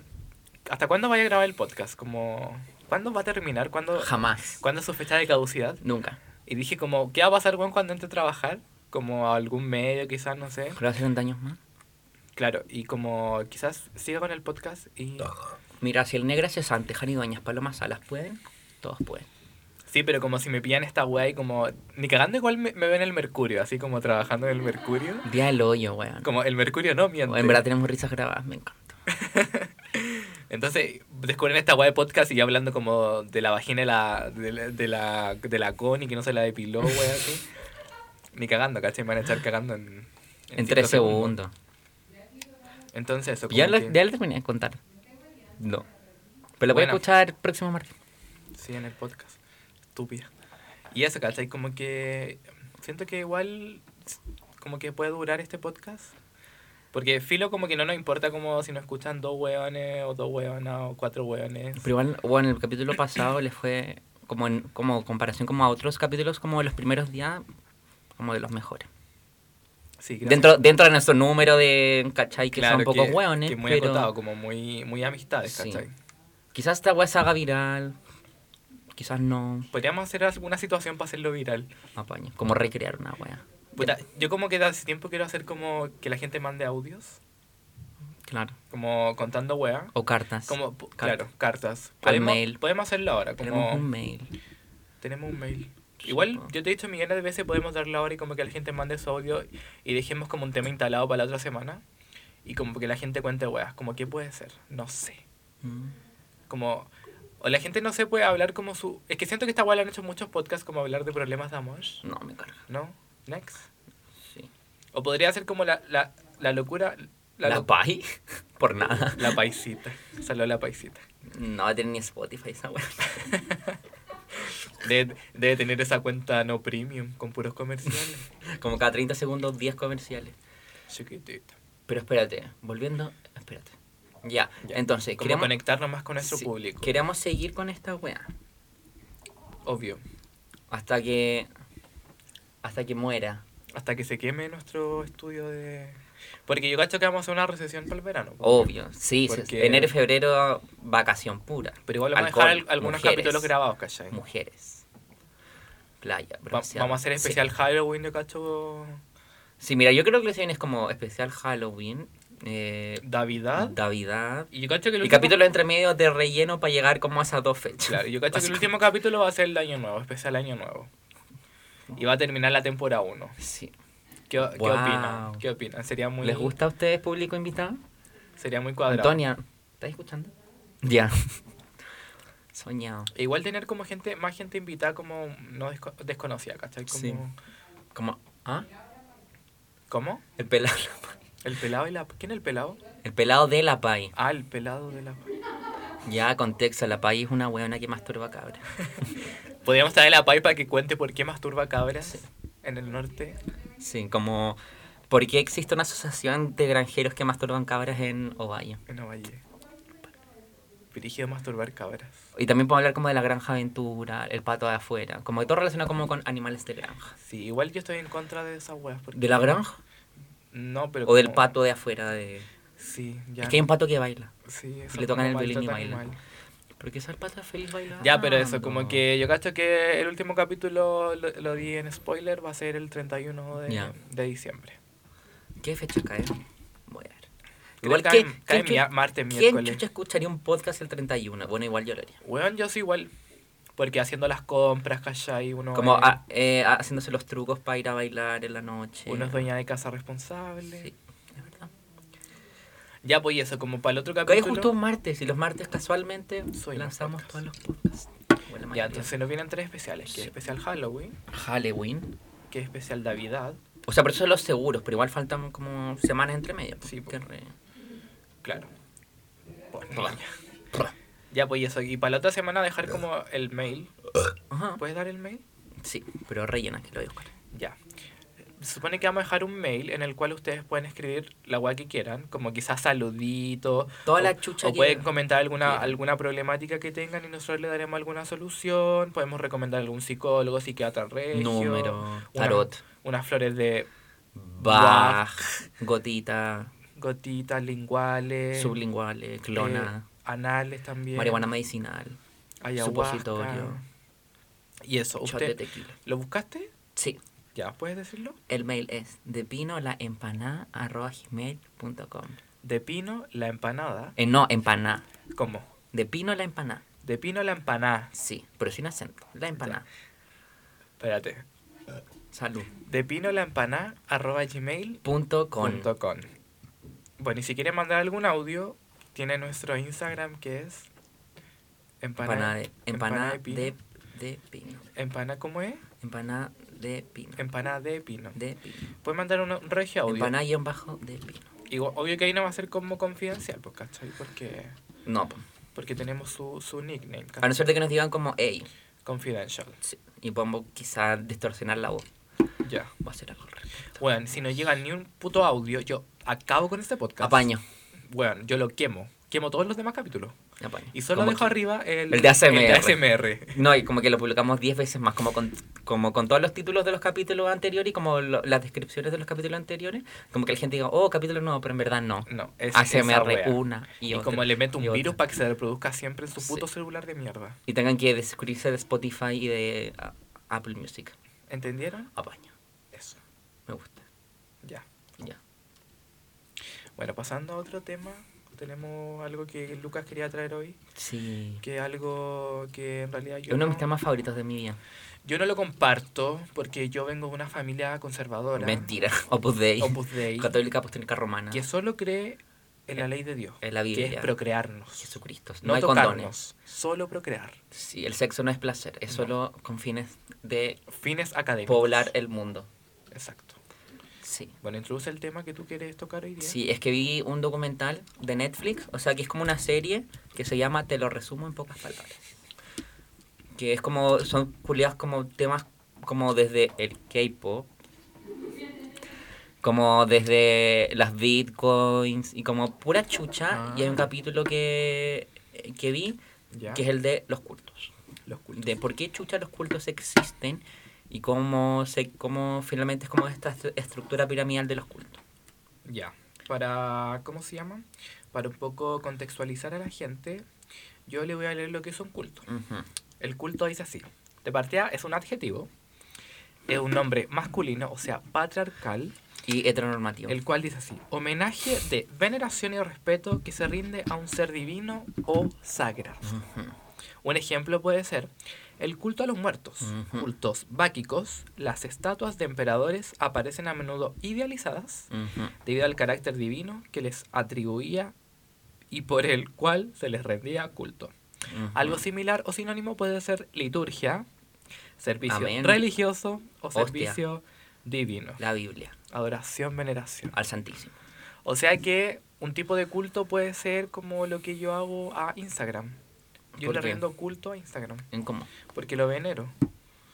Speaker 1: ¿Hasta cuándo vaya a grabar el podcast? Como, ¿cuándo va a terminar? ¿Cuándo,
Speaker 2: Jamás.
Speaker 1: ¿Cuándo es su fecha de caducidad?
Speaker 2: Nunca.
Speaker 1: Y dije como, ¿qué va a pasar weón, cuando entre a trabajar? Como a algún medio quizás, no sé.
Speaker 2: Ojalá hace 30 años más.
Speaker 1: Claro, y como quizás siga con el podcast y...
Speaker 2: Mira, si el negra cesante, Jani Dueñas, Paloma Salas pueden, todos pueden.
Speaker 1: Sí, pero como si me pillan esta weá y como... Ni cagando igual me, me ven el Mercurio, así como trabajando en el Mercurio.
Speaker 2: Día del hoyo, weón.
Speaker 1: Como el Mercurio no miente.
Speaker 2: En verdad tenemos risas grabadas, me encanta.
Speaker 1: Entonces descubren esta weá de podcast y yo hablando como de la vagina de la, de la, de la, de la Connie que no se la depiló, weá,
Speaker 2: (laughs)
Speaker 1: así. Ni cagando, ¿cachai? Me van a echar cagando en...
Speaker 2: En
Speaker 1: cinco
Speaker 2: tres segundos.
Speaker 1: Entonces eso, como
Speaker 2: Ya, lo,
Speaker 1: que-
Speaker 2: ya lo terminé de contar. No. Pero lo voy a
Speaker 1: Bueno.
Speaker 2: escuchar el próximo martes.
Speaker 1: Sí, en el podcast. Estúpida. Y eso, ¿cachai? Como que siento que igual s- como que puede durar este podcast. Porque filo como que no nos importa como si nos escuchan dos hueones o dos hueonas o cuatro hueones.
Speaker 2: Pero igual, bueno, el capítulo pasado les fue, como en como comparación como a otros capítulos, como los primeros días, como de los mejores.
Speaker 1: Sí, gracias.
Speaker 2: Dentro, dentro de nuestro número de, ¿cachai? Que
Speaker 1: Claro,
Speaker 2: son pocos
Speaker 1: que-
Speaker 2: hueones,
Speaker 1: que muy
Speaker 2: pero
Speaker 1: acotado, como muy, muy amistades,
Speaker 2: Sí.
Speaker 1: ¿cachai?
Speaker 2: quizás esta wea se haga viral, quizás no,
Speaker 1: Podríamos hacer alguna situación para hacerlo viral.
Speaker 2: apaño, como recrear una wea.
Speaker 1: Puta, yo como que de hace tiempo quiero hacer como que la gente mande audios,
Speaker 2: Claro.
Speaker 1: como contando hueá.
Speaker 2: O cartas.
Speaker 1: Como, pu-
Speaker 2: Cartas.
Speaker 1: claro, cartas.
Speaker 2: Al
Speaker 1: Podemos,
Speaker 2: mail.
Speaker 1: podemos hacerlo ahora. Como,
Speaker 2: Tenemos un mail.
Speaker 1: Tenemos un mail.
Speaker 2: Sí,
Speaker 1: Igual,
Speaker 2: po.
Speaker 1: yo te he dicho millones de veces, podemos darle ahora y como que la gente mande su audio y dejemos como un tema instalado para la otra semana. Y como que la gente cuente weas, como qué puede ser, no sé.
Speaker 2: Mm.
Speaker 1: Como, o la gente no se puede hablar como su... Es que siento que esta wea la han hecho muchos podcasts como hablar de problemas de amor,
Speaker 2: No, me carga.
Speaker 1: ¿no? Next.
Speaker 2: Sí.
Speaker 1: O podría ser como la, la, la locura... La,
Speaker 2: La,
Speaker 1: lo-
Speaker 2: Pai, (laughs) por nada.
Speaker 1: la paisita. Salió la paisita.
Speaker 2: No va a tener ni Spotify esa wea. (laughs)
Speaker 1: Debe, debe tener esa cuenta no premium con puros
Speaker 2: (laughs)
Speaker 1: comerciales.
Speaker 2: Como cada 30 segundos, 10 comerciales.
Speaker 1: Chiquitita.
Speaker 2: Pero espérate, volviendo, espérate. Ya,
Speaker 1: Ya.
Speaker 2: entonces,
Speaker 1: Como conectarnos más con nuestro
Speaker 2: sí,
Speaker 1: público.
Speaker 2: Queremos seguir con esta wea.
Speaker 1: Obvio.
Speaker 2: Hasta que. Hasta que muera.
Speaker 1: Hasta que se queme nuestro estudio de... Porque yo cacho que vamos a hacer una recesión para el verano. po.
Speaker 2: Obvio, sí,
Speaker 1: Porque-
Speaker 2: sí, enero y febrero, vacación pura.
Speaker 1: Pero igual vamos
Speaker 2: Alcohol,
Speaker 1: a dejar al- algunos
Speaker 2: mujeres,
Speaker 1: capítulos grabados, ¿cachai?
Speaker 2: Mujeres. Playa,
Speaker 1: Va-
Speaker 2: bronceado.
Speaker 1: vamos a hacer
Speaker 2: Sí.
Speaker 1: especial Halloween, yo cacho...
Speaker 2: Sí, mira, yo creo que lo que se viene es como especial Halloween, eh,
Speaker 1: Navidad.
Speaker 2: Navidad.
Speaker 1: Y yo cacho que el
Speaker 2: Y
Speaker 1: último...
Speaker 2: capítulo entre medio de relleno para llegar como a esas dos
Speaker 1: (laughs)
Speaker 2: fechas.
Speaker 1: Claro, yo cacho que el último capítulo va a ser el Año Nuevo, especial Año Nuevo. Y va a terminar la temporada 1.
Speaker 2: Sí.
Speaker 1: ¿Qué, o- ¿qué
Speaker 2: Wow.
Speaker 1: opinan? ¿Qué opinan? Sería muy...
Speaker 2: ¿Les gusta a ustedes, público invitado?
Speaker 1: Sería muy cuadrado.
Speaker 2: Antonia, ¿estás escuchando? Ya. Soñado.
Speaker 1: E Igual tener como gente, más gente invitada como no desco- desconocida, ¿cachai? Como,
Speaker 2: Sí. Como, ¿ah?
Speaker 1: ¿Cómo?
Speaker 2: El pelado.
Speaker 1: El pelado y la... ¿Quién es el pelado?
Speaker 2: El pelado de la PAI.
Speaker 1: Ah, el pelado de la...
Speaker 2: Ya, contexto, la PAI es una weona que masturba cabra.
Speaker 1: Podríamos traer a la PAI para que cuente por qué masturba cabras en el norte.
Speaker 2: (laughs) Sí, como... ¿Por qué existe una asociación de granjeros que masturban cabras en Ovalle?
Speaker 1: En Ovalle. Dirigido a masturbar cabras.
Speaker 2: Y también podemos hablar como de la granja aventura, el pato de afuera, como de todo relacionado como con animales de granja.
Speaker 1: Sí, igual yo estoy en contra de esas weas. porque-
Speaker 2: ¿De la granja?
Speaker 1: No, pero...
Speaker 2: ¿O del
Speaker 1: como-
Speaker 2: pato de afuera? De...
Speaker 1: Sí, ya.
Speaker 2: Es que hay un pato que baila.
Speaker 1: Sí, eso
Speaker 2: le tocan el
Speaker 1: como
Speaker 2: violín y
Speaker 1: maltrato
Speaker 2: bailan.
Speaker 1: animal.
Speaker 2: Porque es el pato feliz bailando.
Speaker 1: Ya, pero eso,
Speaker 2: Ah.
Speaker 1: como que yo cacho que el último capítulo lo, lo di en spoiler, va a ser el 31 de,
Speaker 2: Ya.
Speaker 1: de diciembre.
Speaker 2: ¿Qué fecha cae? Voy a ver.
Speaker 1: Creo
Speaker 2: Igual
Speaker 1: que
Speaker 2: que...
Speaker 1: cae- cae mia- martes,
Speaker 2: ¿Quién
Speaker 1: miércoles.
Speaker 2: chucha escucharía un podcast el 31? Bueno, igual yo lo haría.
Speaker 1: Weón, yo soy igual. Porque haciendo las compras, cachai, uno,
Speaker 2: Como
Speaker 1: es,
Speaker 2: a- eh, haciéndose los trucos para ir a bailar en la noche.
Speaker 1: uno es dueña de casa responsable.
Speaker 2: Sí, es verdad.
Speaker 1: Ya, pues y eso, como para el otro
Speaker 2: Cae
Speaker 1: capítulo.
Speaker 2: justo un martes y los martes casualmente
Speaker 1: Soy
Speaker 2: lanzamos
Speaker 1: más
Speaker 2: todos los podcasts. O la mayoría.
Speaker 1: Ya, entonces nos vienen tres especiales: que es
Speaker 2: Sí.
Speaker 1: especial Halloween,
Speaker 2: Halloween.
Speaker 1: que es especial Navidad.
Speaker 2: O sea, pero eso son los seguros, pero igual faltan como semanas entre medio. pues,
Speaker 1: Sí, pues. po.
Speaker 2: Que re-
Speaker 1: Claro. Bueno,
Speaker 2: Blah.
Speaker 1: ya. Ya, pues y eso. Y para la otra semana dejar como el mail.
Speaker 2: Ajá. pues,
Speaker 1: ¿Puedes dar el mail?
Speaker 2: Sí, pero rellena que lo voy a buscar.
Speaker 1: Ya. Se supone que vamos a dejar un mail en el cual ustedes pueden escribir la weá que quieran, como quizás saluditos.
Speaker 2: Toda
Speaker 1: o-
Speaker 2: la chucha
Speaker 1: O
Speaker 2: que-
Speaker 1: pueden comentar alguna,
Speaker 2: quieran.
Speaker 1: alguna problemática que tengan y nosotros le daremos alguna solución. Podemos recomendar algún psicólogo, psiquiatra regio.
Speaker 2: Número,
Speaker 1: una-
Speaker 2: tarot,
Speaker 1: unas flores de
Speaker 2: Bach, gotita,
Speaker 1: gotitas, linguales.
Speaker 2: sublinguales, clona,
Speaker 1: eh, anales también.
Speaker 2: marihuana medicinal,
Speaker 1: ayahuasca,
Speaker 2: supositorio,
Speaker 1: Y eso,
Speaker 2: shot de
Speaker 1: ¿usted
Speaker 2: tequila.
Speaker 1: lo buscaste?
Speaker 2: Sí,
Speaker 1: Ya, ¿puedes decirlo?
Speaker 2: el mail es de pino la empanada
Speaker 1: De pino, la empanada.
Speaker 2: Eh, no, empanada.
Speaker 1: ¿Cómo?
Speaker 2: De pino la empanada.
Speaker 1: De pino, la empanada.
Speaker 2: Sí, pero sin acento. La empanada.
Speaker 1: Espérate.
Speaker 2: Salud.
Speaker 1: De pino la empaná, arroba gmail
Speaker 2: Punto con.
Speaker 1: punto com. Bueno, y si quieren mandar algún audio, tiene nuestro Instagram que es
Speaker 2: Empanada de, empanada
Speaker 1: de pino.
Speaker 2: de, de pino.
Speaker 1: Empana, ¿cómo es?
Speaker 2: Empanada de pino.
Speaker 1: Empanada de pino.
Speaker 2: De pino.
Speaker 1: Pueden mandar un, un regio Em- audio.
Speaker 2: Empanada guión bajo de pino.
Speaker 1: Y o- obvio que ahí no va a ser como confidencial, pues, ¿cachai? Porque,
Speaker 2: No, po.
Speaker 1: porque tenemos su, su nickname,
Speaker 2: a no ser de que nos digan como, hey.
Speaker 1: Confidential.
Speaker 2: Sí, Y podemos quizás distorsionar la voz.
Speaker 1: Ya.
Speaker 2: Va a ser algo horrible.
Speaker 1: Bueno, si no llega ni un puto audio, yo acabo con este podcast.
Speaker 2: Apaño.
Speaker 1: Bueno, yo lo quemo. Quemo todos los demás capítulos.
Speaker 2: Apaño.
Speaker 1: Y solo
Speaker 2: Como
Speaker 1: dejo
Speaker 2: que-
Speaker 1: arriba el,
Speaker 2: el de ASMR.
Speaker 1: el de ASMR.
Speaker 2: No, y como que lo publicamos 10 veces más, como con, como con todos los títulos de los capítulos anteriores y como lo- las descripciones de los capítulos anteriores, como que la gente diga, oh, capítulo nuevo, pero en verdad no.
Speaker 1: No, es esa
Speaker 2: ASMR
Speaker 1: wea.
Speaker 2: una y,
Speaker 1: Y
Speaker 2: otra
Speaker 1: como le meto
Speaker 2: y
Speaker 1: un
Speaker 2: otra.
Speaker 1: virus para que se reproduzca siempre en su
Speaker 2: Sí.
Speaker 1: puto celular de mierda.
Speaker 2: Y tengan que descubrirse de Spotify y de a- Apple Music.
Speaker 1: ¿Entendieron?
Speaker 2: Apaño.
Speaker 1: Eso,
Speaker 2: Me gusta.
Speaker 1: ya.
Speaker 2: Ya.
Speaker 1: Bueno, pasando a otro tema, tenemos algo que Lucas quería traer hoy,
Speaker 2: Sí.
Speaker 1: que es algo que en realidad
Speaker 2: Es
Speaker 1: yo,
Speaker 2: uno de
Speaker 1: no,
Speaker 2: mis temas favoritos de mi vida.
Speaker 1: yo no lo comparto porque yo vengo de una familia conservadora,
Speaker 2: Mentira. Opus Dei.
Speaker 1: Opus Dei,
Speaker 2: Católica apostólica romana.
Speaker 1: que solo cree en la ley de Dios,
Speaker 2: En la
Speaker 1: que es
Speaker 2: Biblia.
Speaker 1: procrearnos,
Speaker 2: Jesucristo. No,
Speaker 1: no,
Speaker 2: hay condones.
Speaker 1: tocarnos, solo procrear.
Speaker 2: Sí, el sexo no es placer. Es
Speaker 1: No.
Speaker 2: solo con fines de
Speaker 1: Fines académicos.
Speaker 2: poblar eh. el mundo.
Speaker 1: Exacto.
Speaker 2: Sí.
Speaker 1: Bueno, introduce el tema que tú quieres tocar hoy día.
Speaker 2: Sí, es que vi un documental de Netflix, o sea, que es como una serie que se llama Te lo resumo en pocas palabras. Que es como, son culiados como temas como desde el K-pop, como desde las bitcoins y como pura chucha. Y hay un
Speaker 1: Ah.
Speaker 2: capítulo que, que vi
Speaker 1: Ya.
Speaker 2: que es el de los cultos.
Speaker 1: Los cultos.
Speaker 2: De por qué chucha los cultos existen y cómo, se, cómo finalmente es como esta estru- estructura piramidal de los cultos.
Speaker 1: Ya. Para, ¿cómo se llama? Para un poco contextualizar a la gente, yo le voy a leer lo que es un culto.
Speaker 2: Ujú.
Speaker 1: El culto dice así. De partida es un adjetivo, es un nombre masculino, o sea, patriarcal,
Speaker 2: Y heteronormativo.
Speaker 1: el cual dice así. Homenaje de veneración y respeto que se rinde a un ser divino o sagrado.
Speaker 2: Ujú.
Speaker 1: Un ejemplo puede ser el culto a los muertos,
Speaker 2: Ujú.
Speaker 1: cultos báquicos, las estatuas de emperadores aparecen a menudo idealizadas
Speaker 2: Ujú.
Speaker 1: debido al carácter divino que les atribuía y por el cual se les rendía culto.
Speaker 2: Ujú.
Speaker 1: Algo similar o sinónimo puede ser liturgia, servicio
Speaker 2: Amén.
Speaker 1: religioso o
Speaker 2: Hostia.
Speaker 1: servicio divino,
Speaker 2: La Biblia,
Speaker 1: adoración, veneración.
Speaker 2: al Santísimo.
Speaker 1: O sea que un tipo de culto puede ser como lo que yo hago a Instagram. Yo
Speaker 2: ¿Por
Speaker 1: le
Speaker 2: qué?
Speaker 1: rindo culto a Instagram.
Speaker 2: ¿En cómo?
Speaker 1: Porque lo venero.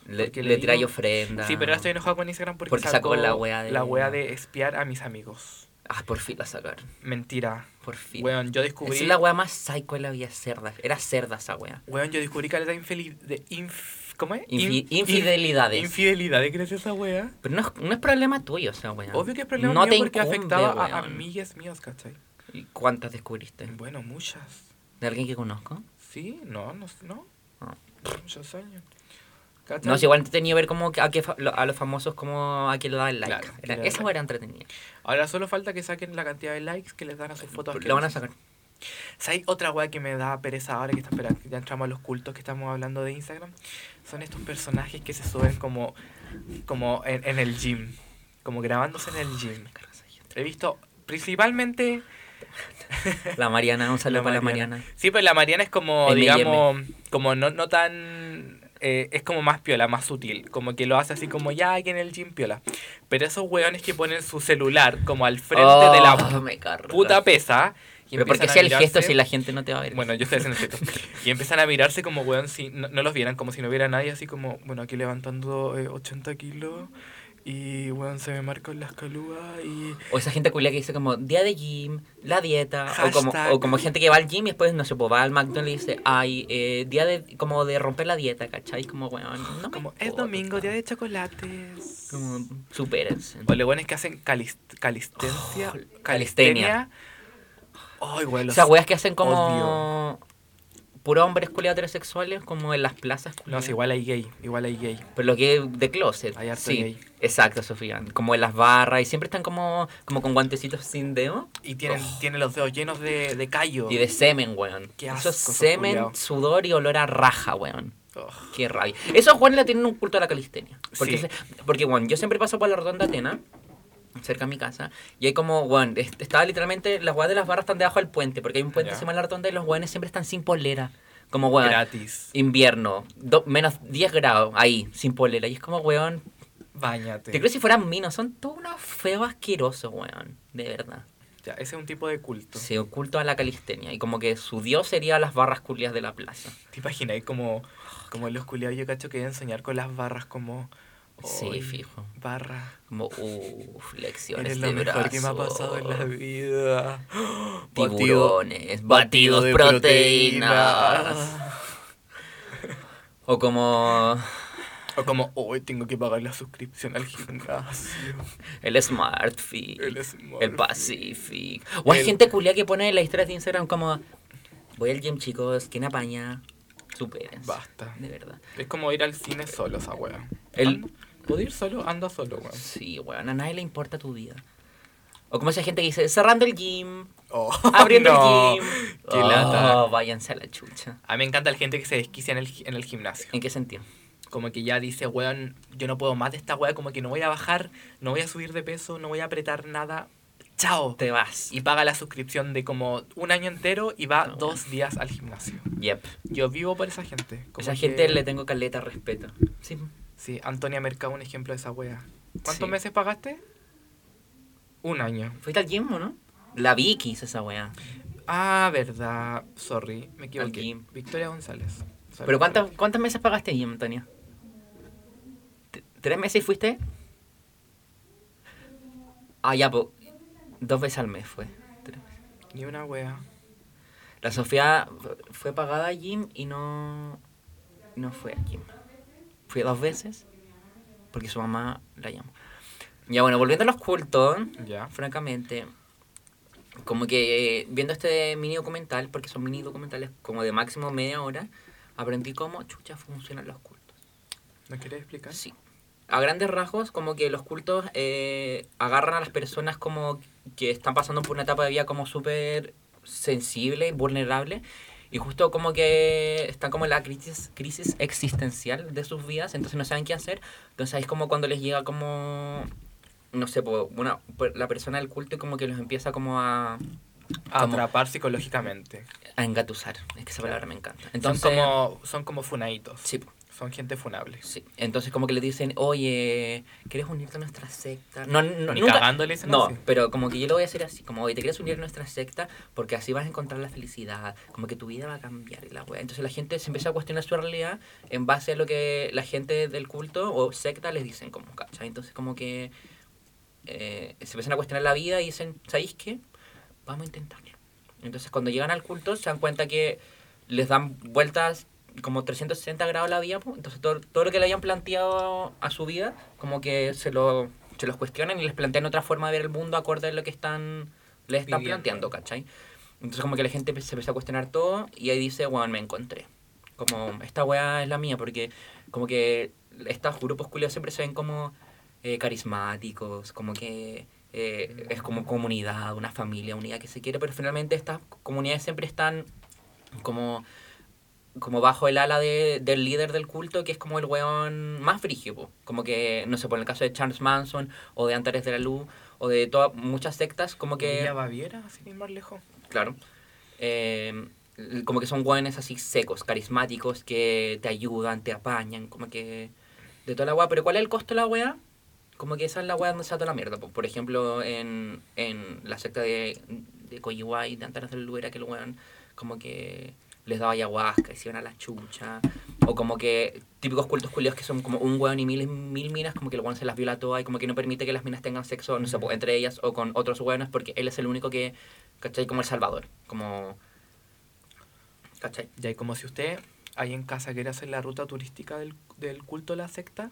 Speaker 2: Le,
Speaker 1: Porque
Speaker 2: le,
Speaker 1: le digo-
Speaker 2: trae ofrenda.
Speaker 1: Sí, pero ahora estoy enojado con Instagram porque,
Speaker 2: Porque sacó la wea de-
Speaker 1: la wea de espiar a mis amigos.
Speaker 2: Ah, por fin la sacaron.
Speaker 1: Mentira.
Speaker 2: Por fin.
Speaker 1: Weón, yo descubrí.
Speaker 2: Esa es la wea más psycho de la vida, cerda. Era cerda esa wea.
Speaker 1: Weón, yo descubrí caleta de infeliz. De inf- ¿Cómo es?
Speaker 2: Infi-
Speaker 1: Inf-
Speaker 2: infidelidades.
Speaker 1: Infidelidades, gracias a esa wea.
Speaker 2: Pero no es, no es problema tuyo esa wea.
Speaker 1: Obvio que es problema
Speaker 2: no
Speaker 1: mío
Speaker 2: te
Speaker 1: porque
Speaker 2: incumbe,
Speaker 1: afectaba a- a
Speaker 2: weón.
Speaker 1: amigues míos, ¿cachai?
Speaker 2: ¿Y ¿Cuántas descubriste?
Speaker 1: Bueno, muchas.
Speaker 2: ¿De alguien que conozco?
Speaker 1: Sí, no, no, sé, no.
Speaker 2: Ah.
Speaker 1: Muchos años. ¿Cachai?
Speaker 2: No, si igual tenía que ver como que a, qué fa- lo- a los famosos como a quién le da el like.
Speaker 1: Claro,
Speaker 2: Era-
Speaker 1: claro.
Speaker 2: esa wea era entretenida.
Speaker 1: Ahora solo falta que saquen la cantidad de likes que les dan a sus fotos.
Speaker 2: Lo van a
Speaker 1: asquerosas.
Speaker 2: sacar.
Speaker 1: ¿Sabes otra weá que me da pereza ahora que está espera, que ya entramos a los cultos que estamos hablando de Instagram? Son estos personajes que se suben como, como en, en el gym. Como grabándose en el gym. He visto principalmente...
Speaker 2: La
Speaker 1: (laughs)
Speaker 2: Mariana, un saludo
Speaker 1: La
Speaker 2: para la
Speaker 1: Mariana.
Speaker 2: Mariana.
Speaker 1: Sí, pero la Mariana es como,
Speaker 2: M&M.
Speaker 1: digamos, como no, no tan... eh, es como más piola, más sutil. Como que lo hace así como ya aquí en el gym piola. Pero esos weones que ponen su celular como al frente de la
Speaker 2: Oh, me carga.
Speaker 1: puta pesa. y
Speaker 2: Pero porque
Speaker 1: empiezan a
Speaker 2: sea el gesto
Speaker 1: mirarse-
Speaker 2: si la gente no te va a ver.
Speaker 1: Bueno, yo estoy haciendo esto. Y empiezan a mirarse como, weón, si no, no los vieran, como si no hubiera nadie, así como, bueno, aquí levantando eh, 80 kilos y, weón, se me marcan las calúas y...
Speaker 2: O esa gente culia que dice como día de gym, la dieta, o como,
Speaker 1: Hashtag.
Speaker 2: o como gente que va al gym y después, no sé, pues va al McDonald's y dice, ay, eh, día de, como de romper la dieta, ¿cachai? Como, bueno, no me
Speaker 1: Como, es
Speaker 2: importa".
Speaker 1: domingo, día de chocolates.
Speaker 2: Como, supérense.
Speaker 1: O lo bueno es que hacen calis- calistencia.
Speaker 2: Oh,
Speaker 1: calistenia. Ay, weón,
Speaker 2: O
Speaker 1: los-
Speaker 2: sea, weas que hacen como... Puro hombres culiados heterosexuales, como en las plazas.
Speaker 1: No,
Speaker 2: culiadas.
Speaker 1: sí, igual hay gay, igual hay gay.
Speaker 2: Pero lo que de closet.
Speaker 1: Hay harto
Speaker 2: sí,
Speaker 1: gay.
Speaker 2: exacto, Sofía. Como en las barras y siempre están como, como con guantecitos sin dedo
Speaker 1: Y tienen, tienen los dedos llenos de, de callo.
Speaker 2: Oh. y de semen, weón.
Speaker 1: Qué
Speaker 2: Eso es
Speaker 1: asco, esos
Speaker 2: semen,
Speaker 1: culiados.
Speaker 2: sudor y olor a raja, weón.
Speaker 1: Oh.
Speaker 2: Qué rabia. Esos Juanes le tienen un culto a la calistenia. Porque,
Speaker 1: Sí.
Speaker 2: se- porque bueno, yo siempre paso por la rotonda Atena, cerca de mi casa, y hay como, bueno, estaba literalmente, las guas de las barras están debajo del puente, porque hay un puente
Speaker 1: Ya.
Speaker 2: encima de la rotonda y los guanes siempre están sin polera. Como, weón,
Speaker 1: Gratis.
Speaker 2: invierno, do- menos 10 grados, ahí, sin polera. Y es como, weón,
Speaker 1: Báñate.
Speaker 2: te creo si fueran minos, son todos unos feos asquerosos, weón, de verdad.
Speaker 1: Ya, ese es un tipo de culto.
Speaker 2: Se oculta a la calistenia, y como que su dios sería las barras culias de la plaza.
Speaker 1: ¿Te imaginas como, como los culiados yo cacho que deben soñar con las barras como...
Speaker 2: Sí,
Speaker 1: "Ay,
Speaker 2: fijo.
Speaker 1: Barra.
Speaker 2: Como, uff, lecciones
Speaker 1: Eres
Speaker 2: de
Speaker 1: lo mejor que me ha
Speaker 2: brazo.
Speaker 1: pasado en la
Speaker 2: (gasps)
Speaker 1: vida. Batido-
Speaker 2: Tiburones, batidos,
Speaker 1: de
Speaker 2: proteínas.
Speaker 1: proteína.
Speaker 2: O como
Speaker 1: O como, hoy tengo que pagar la suscripción al
Speaker 2: (laughs)
Speaker 1: gimnasio.
Speaker 2: el Smart Fit,
Speaker 1: El
Speaker 2: el,
Speaker 1: Smart Fit.
Speaker 2: Pacific. O hay
Speaker 1: El-
Speaker 2: gente culia que pone en las historias de Instagram como: Voy al gym, chicos, ¿quién apaña? Superen.
Speaker 1: Basta.
Speaker 2: De verdad.
Speaker 1: Es como ir al cine solo esa wea.
Speaker 2: El-
Speaker 1: El... ¿Puedo ir solo? Anda solo,
Speaker 2: (laughs)
Speaker 1: weón.
Speaker 2: Sí, weón, a nadie le importa tu vida. O como esa gente que dice: Cerrando el gym,
Speaker 1: Oh,
Speaker 2: abriendo
Speaker 1: no.
Speaker 2: el gym.
Speaker 1: Qué
Speaker 2: Oh,
Speaker 1: lata.
Speaker 2: váyanse a la chucha.
Speaker 1: A mí me encanta la gente que se desquicia en el, gi- en el gimnasio.
Speaker 2: ¿En qué sentido?
Speaker 1: como que ya dice, weón, yo no puedo más de esta weá, como que no voy a bajar, no voy a subir de peso, no voy a apretar nada. Chao.
Speaker 2: Te vas.
Speaker 1: Y paga la suscripción de como un año entero y va
Speaker 2: No,
Speaker 1: dos días al gimnasio.
Speaker 2: Yep.
Speaker 1: Yo vivo por esa gente. Como
Speaker 2: esa
Speaker 1: que-
Speaker 2: gente le tengo caleta respeto. Sí.
Speaker 1: Sí, Antonia Mercado, un ejemplo de esa wea. ¿Cuántos
Speaker 2: Sí.
Speaker 1: meses pagaste? Un año.
Speaker 2: ¿Fuiste al gym o no? La Vicky hizo esa weá.
Speaker 1: Ah, verdad. Sorry, me equivoqué.
Speaker 2: gym.
Speaker 1: Victoria González. Sorry.
Speaker 2: ¿Pero cuántas, cuántas meses pagaste gym, Antonio? ¿T- ¿Tres meses fuiste? Ah, ya, po. Dos veces al mes fue. Tres veces.
Speaker 1: Ni una wea.
Speaker 2: La Sofía f- fue pagada a gym y no. No fue a gym. Fui dos veces porque su mamá la llamó. Ya, bueno, volviendo a los cultos.
Speaker 1: Ya.
Speaker 2: francamente, como que eh, viendo este mini documental, porque son mini documentales como de máximo media hora, aprendí cómo chucha funcionan los cultos.
Speaker 1: ¿No quieres explicar?
Speaker 2: Sí. A grandes rasgos, como que los cultos eh, agarran a las personas como que están pasando por una etapa de vida como súper sensible y vulnerable. Y justo como que están como en la crisis, crisis existencial de sus vidas, entonces no saben qué hacer. Entonces ahí es como cuando les llega como, no sé, po, una, per- la persona del culto y como que los empieza como a,
Speaker 1: A
Speaker 2: Como-
Speaker 1: Atrapar psicológicamente.
Speaker 2: a engatusar. Es que esa palabra me encanta.
Speaker 1: Entonces,
Speaker 2: Entonces,
Speaker 1: son como, son como funaditos.
Speaker 2: Sí, po.
Speaker 1: Son gente funable.
Speaker 2: Sí. Entonces como que le dicen, oye, ¿quieres unirte a nuestra secta? No, no,
Speaker 1: Ni
Speaker 2: nunca-
Speaker 1: cagándole dicen
Speaker 2: no,
Speaker 1: así.
Speaker 2: pero como que yo lo voy a hacer así, como, oye, te quieres unir a nuestra secta porque así vas a encontrar la felicidad, como que tu vida va a cambiar y la wea. Entonces la gente se empieza a cuestionar su realidad en base a lo que la gente del culto o secta les dicen, como, ¿cachai? Entonces como que eh, se empiezan a cuestionar la vida y dicen, ¿sabéis qué? Vamos a intentarlo. Entonces cuando llegan al culto se dan cuenta que les dan vueltas como 360 grados la vida, po. entonces todo, todo lo que le habían planteado a su vida, como que se lo se los cuestionan y les plantean otra forma de ver el mundo acorde a lo que están les están
Speaker 1: Viviendo.
Speaker 2: planteando, ¿cachai? Entonces como que la gente se empieza a cuestionar todo y ahí dice, bueno, me encontré. Como, esta weá es la mía, porque como que estos grupos culiados siempre se ven como eh, carismáticos, como que eh, es como comunidad, una familia, unidad que se quiere, pero finalmente estas comunidades siempre están como, como bajo el ala de- del líder del culto, que es como el weón más frígido, como que, no sé, por el caso de Charles Manson o de Antares de la Luz o de todas muchas sectas, como que...
Speaker 1: Villa Baviera, sin ir más lejos.
Speaker 2: Claro. Eh, l- como que son guanes así secos, carismáticos, que te ayudan, te apañan, como que. De toda la weá. Pero ¿cuál es el costo de la weá? Como que esa es la weá donde se ata la mierda. po. Por ejemplo, en, en la secta de, de Coyihuay, de Antanas del Luera, que el weón como que les daba ayahuasca y se iban a la chucha. O como que típicos cultos culiados que son como un weón y mil, mil minas, como que el weón se las viola todas y como que no permite que las minas tengan sexo, no sé, po, entre ellas o con otros weones porque él es el único que ¿Cachai? Como El Salvador. Como. ¿Cachai?
Speaker 1: Y ahí como si usted ahí en casa quiere hacer la ruta turística del, del culto de la secta,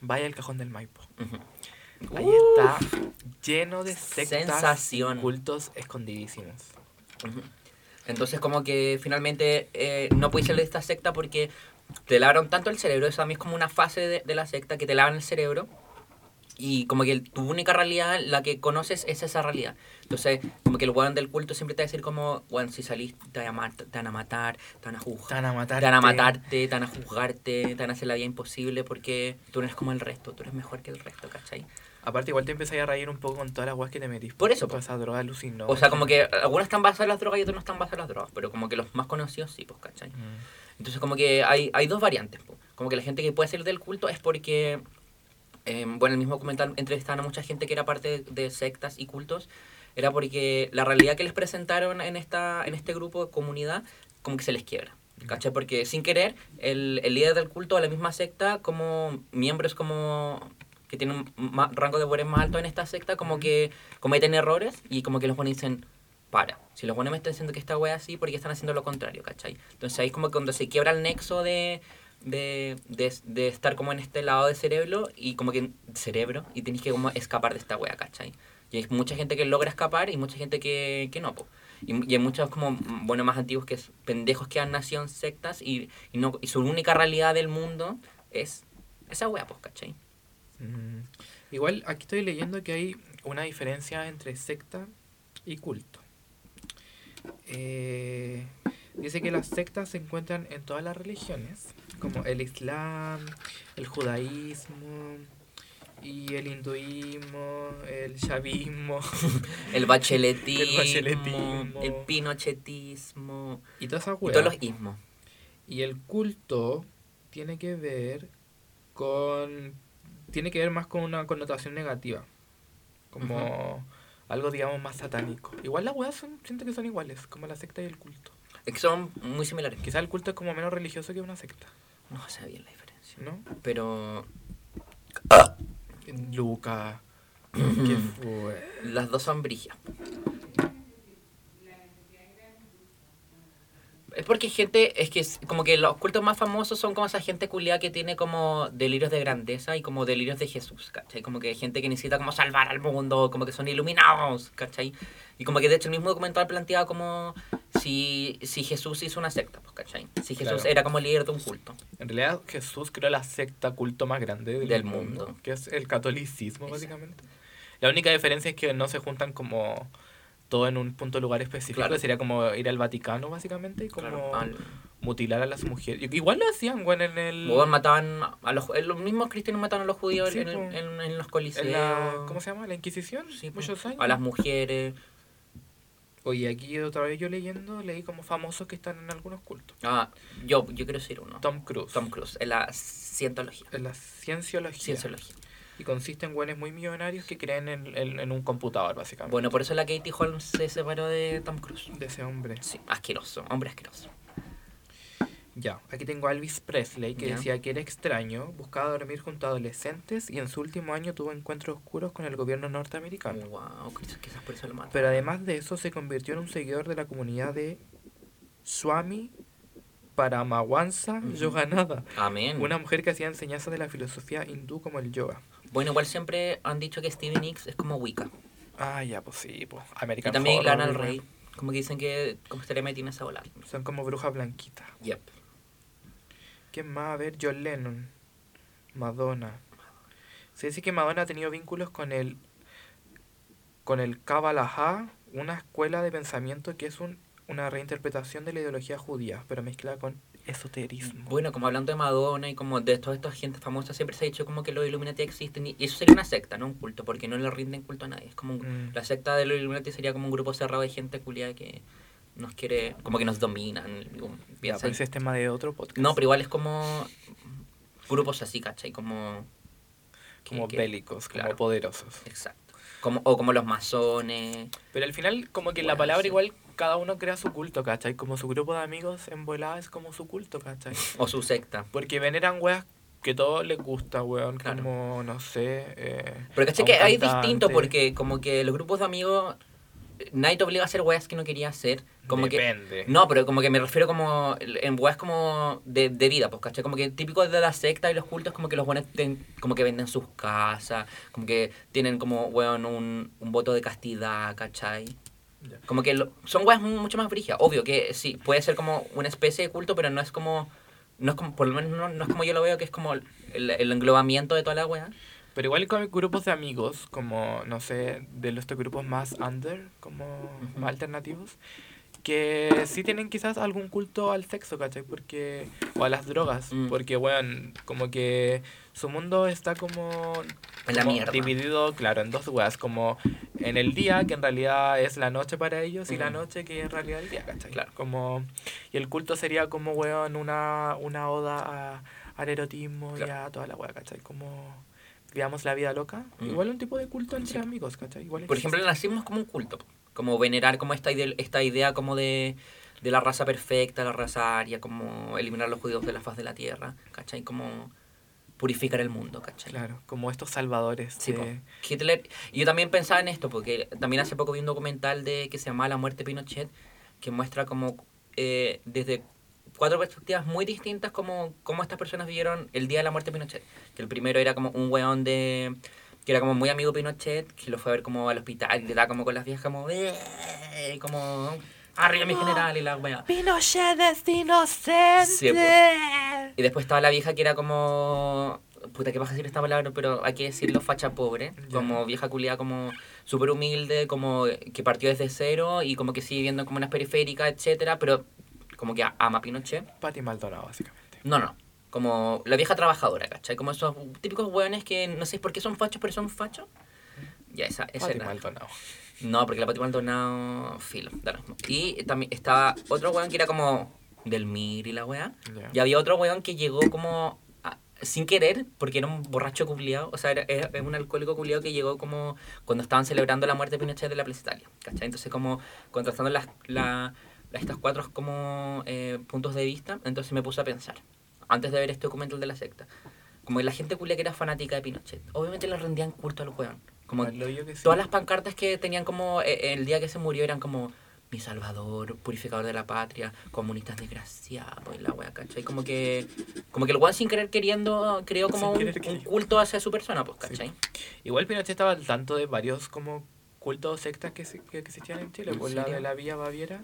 Speaker 1: vaya al cajón del Maipo.
Speaker 2: Ujú.
Speaker 1: Ahí está lleno de sectas,
Speaker 2: Sensación.
Speaker 1: y cultos escondidísimos.
Speaker 2: Ujú. Entonces, como que finalmente eh, no pude ser de esta secta porque te lavaron tanto el cerebro. Eso a mí es como una fase de, de la secta que te lavan el cerebro. Y como que tu única realidad, la que conoces, es esa realidad. Entonces, como que el weón del culto siempre te va a decir como, weón, si salís, te van a, mar- te van a matar, te van a juzgar.
Speaker 1: Te van a matar.
Speaker 2: Te van a matarte, te van a juzgarte, te van a hacer la vida imposible porque tú no eres como el resto, tú eres mejor que el resto, ¿cachai?
Speaker 1: Aparte, igual te empezáis a reír un poco con todas las guas que te metís.
Speaker 2: Por eso,
Speaker 1: Toda
Speaker 2: po.
Speaker 1: esa droga alucinó.
Speaker 2: O sea, como que algunos están basados en las drogas y otros no están basados en las drogas, pero como que los más conocidos sí, pues, ¿cachai?
Speaker 1: Mm.
Speaker 2: Entonces, como que hay, hay dos variantes, po. como que la gente que puede salir del culto es porque, eh, bueno, en el mismo documental entrevistaban a mucha gente que era parte de, de sectas y cultos, era porque la realidad que les presentaron en, esta, en este grupo de comunidad, como que se les quiebra. ¿Cachai? Porque sin querer, el, el líder del culto de la misma secta, como miembros como que tienen un ma- rango de poder más alto en esta secta, como que cometen errores y como que los ponen dicen, para. Si los buenos me están diciendo que esta wea así, porque están haciendo lo contrario, ¿cachai? Entonces ahí es como cuando se quiebra el nexo de, de, de, de estar como en este lado de cerebro y como que cerebro y tenés que como escapar de esta wea, ¿cachai? Y hay mucha gente que logra escapar y mucha gente que, que no, po. Y, y hay muchos como, mm, bueno, más antiguos que es pendejos que han nacido en sectas y, y no, y su única realidad del mundo es esa wea, pues, ¿cachai?
Speaker 1: Mm. Igual, aquí estoy leyendo que hay una diferencia entre secta y culto. Eh, dice que las sectas se encuentran en todas las religiones, como el Islam, el judaísmo y el hinduismo, el chavismo (laughs)
Speaker 2: El bacheletismo, el,
Speaker 1: El bacheletismo.
Speaker 2: pinochetismo
Speaker 1: y todas esas
Speaker 2: y
Speaker 1: weas.
Speaker 2: todos los ismos.
Speaker 1: Y el culto tiene que ver con. Tiene que ver más con una connotación negativa. Como algo, digamos, más satánico. Igual las weas son, siento que son iguales, como la secta y el culto.
Speaker 2: Es que son muy similares.
Speaker 1: Quizá el culto es como menos religioso que una secta,
Speaker 2: No sé bien la diferencia.
Speaker 1: ¿no?
Speaker 2: Pero
Speaker 1: Luca. ¿Qué fue?
Speaker 2: las dos son brillas. Es porque hay gente, es que es como que los cultos más famosos son como esa gente culiada que tiene como delirios de grandeza y como delirios de Jesús, ¿cachai? Como que hay gente que necesita como salvar al mundo, como que son iluminados, ¿cachai? Y como que de hecho el mismo documental planteaba como si, si Jesús hizo una secta, pues, ¿cachai? Si Jesús
Speaker 1: Claro.
Speaker 2: era como el líder de un culto.
Speaker 1: En realidad, Jesús creó la secta culto más grande del,
Speaker 2: Del
Speaker 1: mundo,
Speaker 2: mundo.
Speaker 1: que es el catolicismo,
Speaker 2: Exacto.
Speaker 1: básicamente. La única diferencia es que no se juntan como todo en un punto lugar específico.
Speaker 2: Claro.
Speaker 1: Sería como ir al Vaticano, básicamente, y como
Speaker 2: Claro, al-
Speaker 1: mutilar a las mujeres. Y- Igual lo hacían, güey, en el.
Speaker 2: Luego mataban a los, eh, los mismos cristianos mataban a los judíos
Speaker 1: Sí,
Speaker 2: en,
Speaker 1: po.
Speaker 2: en- en- en los
Speaker 1: en la-
Speaker 2: coliseos. pues,
Speaker 1: ¿Cómo se llama? ¿La Inquisición?
Speaker 2: Sí, po.
Speaker 1: Muchos años.
Speaker 2: A las mujeres.
Speaker 1: Oye, aquí otra vez yo leyendo, leí como famosos que están en algunos cultos.
Speaker 2: Ah, yo, yo quiero decir uno.
Speaker 1: Tom Cruise.
Speaker 2: Ah, Tom Cruise, en la cientología.
Speaker 1: En la cienciología.
Speaker 2: Cienciología.
Speaker 1: Y consiste en güenes muy millonarios que creen en, en- en un computador, básicamente.
Speaker 2: Bueno, por eso la Katie Holmes se separó de Tom Cruise.
Speaker 1: De ese hombre.
Speaker 2: Sí, asqueroso, hombre asqueroso.
Speaker 1: Ya, aquí tengo a Elvis Presley que
Speaker 2: Ya.
Speaker 1: decía que era extraño, buscaba dormir junto a adolescentes y en su último año tuvo encuentros oscuros con el gobierno norteamericano.
Speaker 2: Wow, quizás, quizás por eso lo mataron.
Speaker 1: Pero además de eso se convirtió en un seguidor de la comunidad de Swami Paramahansa
Speaker 2: Ujú. Mm.
Speaker 1: Yogananda,
Speaker 2: Amén.
Speaker 1: una mujer que hacía enseñanzas de la filosofía hindú como el yoga.
Speaker 2: Bueno, igual siempre han dicho que Steven Nicks es como Wicca.
Speaker 1: Ah, ya, pues sí, pues.
Speaker 2: Y
Speaker 1: American
Speaker 2: también
Speaker 1: Horror,
Speaker 2: Lana del
Speaker 1: weón.
Speaker 2: Rey. Como que dicen que como se le meten esa bola.
Speaker 1: Son como brujas blanquitas.
Speaker 2: Yep.
Speaker 1: ¿Quién más? A ver, John Lennon. Madonna. Se dice que Madonna ha tenido vínculos con el con el Kabbalah, una escuela de pensamiento que es un- una reinterpretación de la ideología judía, pero mezclada con esoterismo.
Speaker 2: Bueno, como hablando de Madonna y como de toda esta gente famosa, siempre se ha dicho como que los Illuminati existen. Y y eso sería una secta, no un culto, porque no le rinden culto a nadie. Es como un-
Speaker 1: Mm.
Speaker 2: la secta de los Illuminati sería como un grupo cerrado de gente culiada que nos quiere, como que nos dominan. digo,
Speaker 1: Ya, pues,
Speaker 2: piensan-
Speaker 1: pero ese es tema de otro podcast.
Speaker 2: No, pero igual es como grupos así, ¿cachai? Como... que-
Speaker 1: como
Speaker 2: que-
Speaker 1: bélicos,
Speaker 2: claro.
Speaker 1: como poderosos.
Speaker 2: Exacto. Como, o como los masones.
Speaker 1: Pero al final, como que
Speaker 2: Bueno,
Speaker 1: la palabra
Speaker 2: sí.
Speaker 1: igual, cada uno crea su culto, ¿cachai? Como su grupo de amigos en volada es como su culto, ¿cachai?
Speaker 2: O su secta.
Speaker 1: Porque veneran weas que todo les gusta, weón.
Speaker 2: Claro.
Speaker 1: Como, no sé. Eh,
Speaker 2: Pero caché
Speaker 1: a un
Speaker 2: que hay
Speaker 1: cantante.
Speaker 2: distinto porque como que los grupos de amigos... eh, Nadie te obliga a hacer weas que no quería hacer. Como
Speaker 1: Depende.
Speaker 2: que... No, pero como que me refiero como en weas como de, de vida, pues, ¿cachai? Como que típico de la secta y los cultos, como que los buenos ten- como que venden sus casas, como que tienen como, weón, un, un voto de castidad, ¿cachai?
Speaker 1: Ya.
Speaker 2: Como que lo- son weas mu- mucho más brigas. Obvio que sí, puede ser como una especie de culto, pero no es como. No es como, por lo menos no, no es como yo lo veo, que es como el, el englobamiento de toda la wea.
Speaker 1: Pero igual con grupos de amigos, como, no sé, de los- estos grupos más under, como
Speaker 2: Ujú.
Speaker 1: más alternativos, que sí tienen quizás algún culto al sexo, ¿cachai? Porque, o a las drogas,
Speaker 2: Mm.
Speaker 1: porque, weón, como que su mundo está como...
Speaker 2: En la
Speaker 1: como
Speaker 2: mierda.
Speaker 1: Dividido, claro, en dos weas, como en el día, que en realidad es la noche para ellos, y la
Speaker 2: Mm.
Speaker 1: noche que en realidad es el día, ¿cachai?
Speaker 2: Claro.
Speaker 1: Como, y el culto sería como, weón, una, una oda a- al erotismo y
Speaker 2: Claro.
Speaker 1: a toda la wea, ¿cachai? Como veamos la vida loca.
Speaker 2: Mm.
Speaker 1: Igual un tipo de culto entre
Speaker 2: Sí.
Speaker 1: amigos, ¿cachai? Igual
Speaker 2: Por
Speaker 1: existe.
Speaker 2: ejemplo, el nazismo es como un culto. po. Como venerar como esta, ide- esta idea como de, de la raza perfecta, la raza aria, como eliminar a los judíos de la faz de la tierra, ¿cachai? Como purificar el mundo, ¿cachai?
Speaker 1: Claro, como estos salvadores.
Speaker 2: Sí, po.
Speaker 1: de-
Speaker 2: Hitler. y Yo también pensaba en esto, porque también hace poco vi un documental de que se llama La muerte de Pinochet, que muestra como eh, desde cuatro perspectivas muy distintas como cómo estas personas vivieron el día de la muerte de Pinochet. Que el primero era como un weón de que era como muy amigo de Pinochet, que lo fue a ver como al hospital, y le da como con las viejas como "Eh", como arriba mi general y la weá.
Speaker 3: Pinochet es inocente.
Speaker 2: Sí, pues. Y después estaba la vieja que era como. Puta, ¿qué vas a decir esta palabra? Pero hay que decirlo, facha pobre.
Speaker 1: Ya.
Speaker 2: Como vieja culiada, como súper humilde, como que partió desde cero y como que sigue viendo como unas periféricas, etcétera, pero como que ama a Pinochet.
Speaker 1: Pati Maldonado, básicamente.
Speaker 2: No, no. Como la vieja trabajadora, ¿cachai? Como esos típicos hueones que no sé por qué son fachos, pero son fachos. Ya, esa, esa
Speaker 1: Pati
Speaker 2: era.
Speaker 1: Maldonado.
Speaker 2: No, porque la Pati Maldonado, filo, da lo mismo. Y también estaba otro weón que era como del Mir y la weá.
Speaker 1: Ya.
Speaker 2: Y había otro weón que llegó como a- sin querer, porque era un borracho culiado, o sea, era, era- era un alcohólico culiado que llegó como cuando estaban celebrando la muerte de Pinochet de la Plaza Italia, ¿cachai? Entonces como contrastando las, la, la- estos cuatro como eh, puntos de vista, entonces me puse a pensar, antes de ver este documental de la secta, como que la gente culia que era fanática de Pinochet, obviamente le rendían culto al weón, como
Speaker 1: Al hoyo que sí.
Speaker 2: Todas las pancartas que tenían como eh, el día que se murió eran como mi salvador, purificador de la patria, comunistas desgraciados y la wea, ¿cachai? Como que, como que el weón sin querer queriendo creó
Speaker 1: Sin
Speaker 2: como un,
Speaker 1: querer
Speaker 2: un
Speaker 1: queriendo.
Speaker 2: culto hacia su persona, pues, ¿cachai?
Speaker 1: Igual Pinochet estaba al tanto de varios como cultos sectas que, se- que existían en Chile.
Speaker 2: ¿En
Speaker 1: Por la
Speaker 2: serio?
Speaker 1: de la Villa Baviera,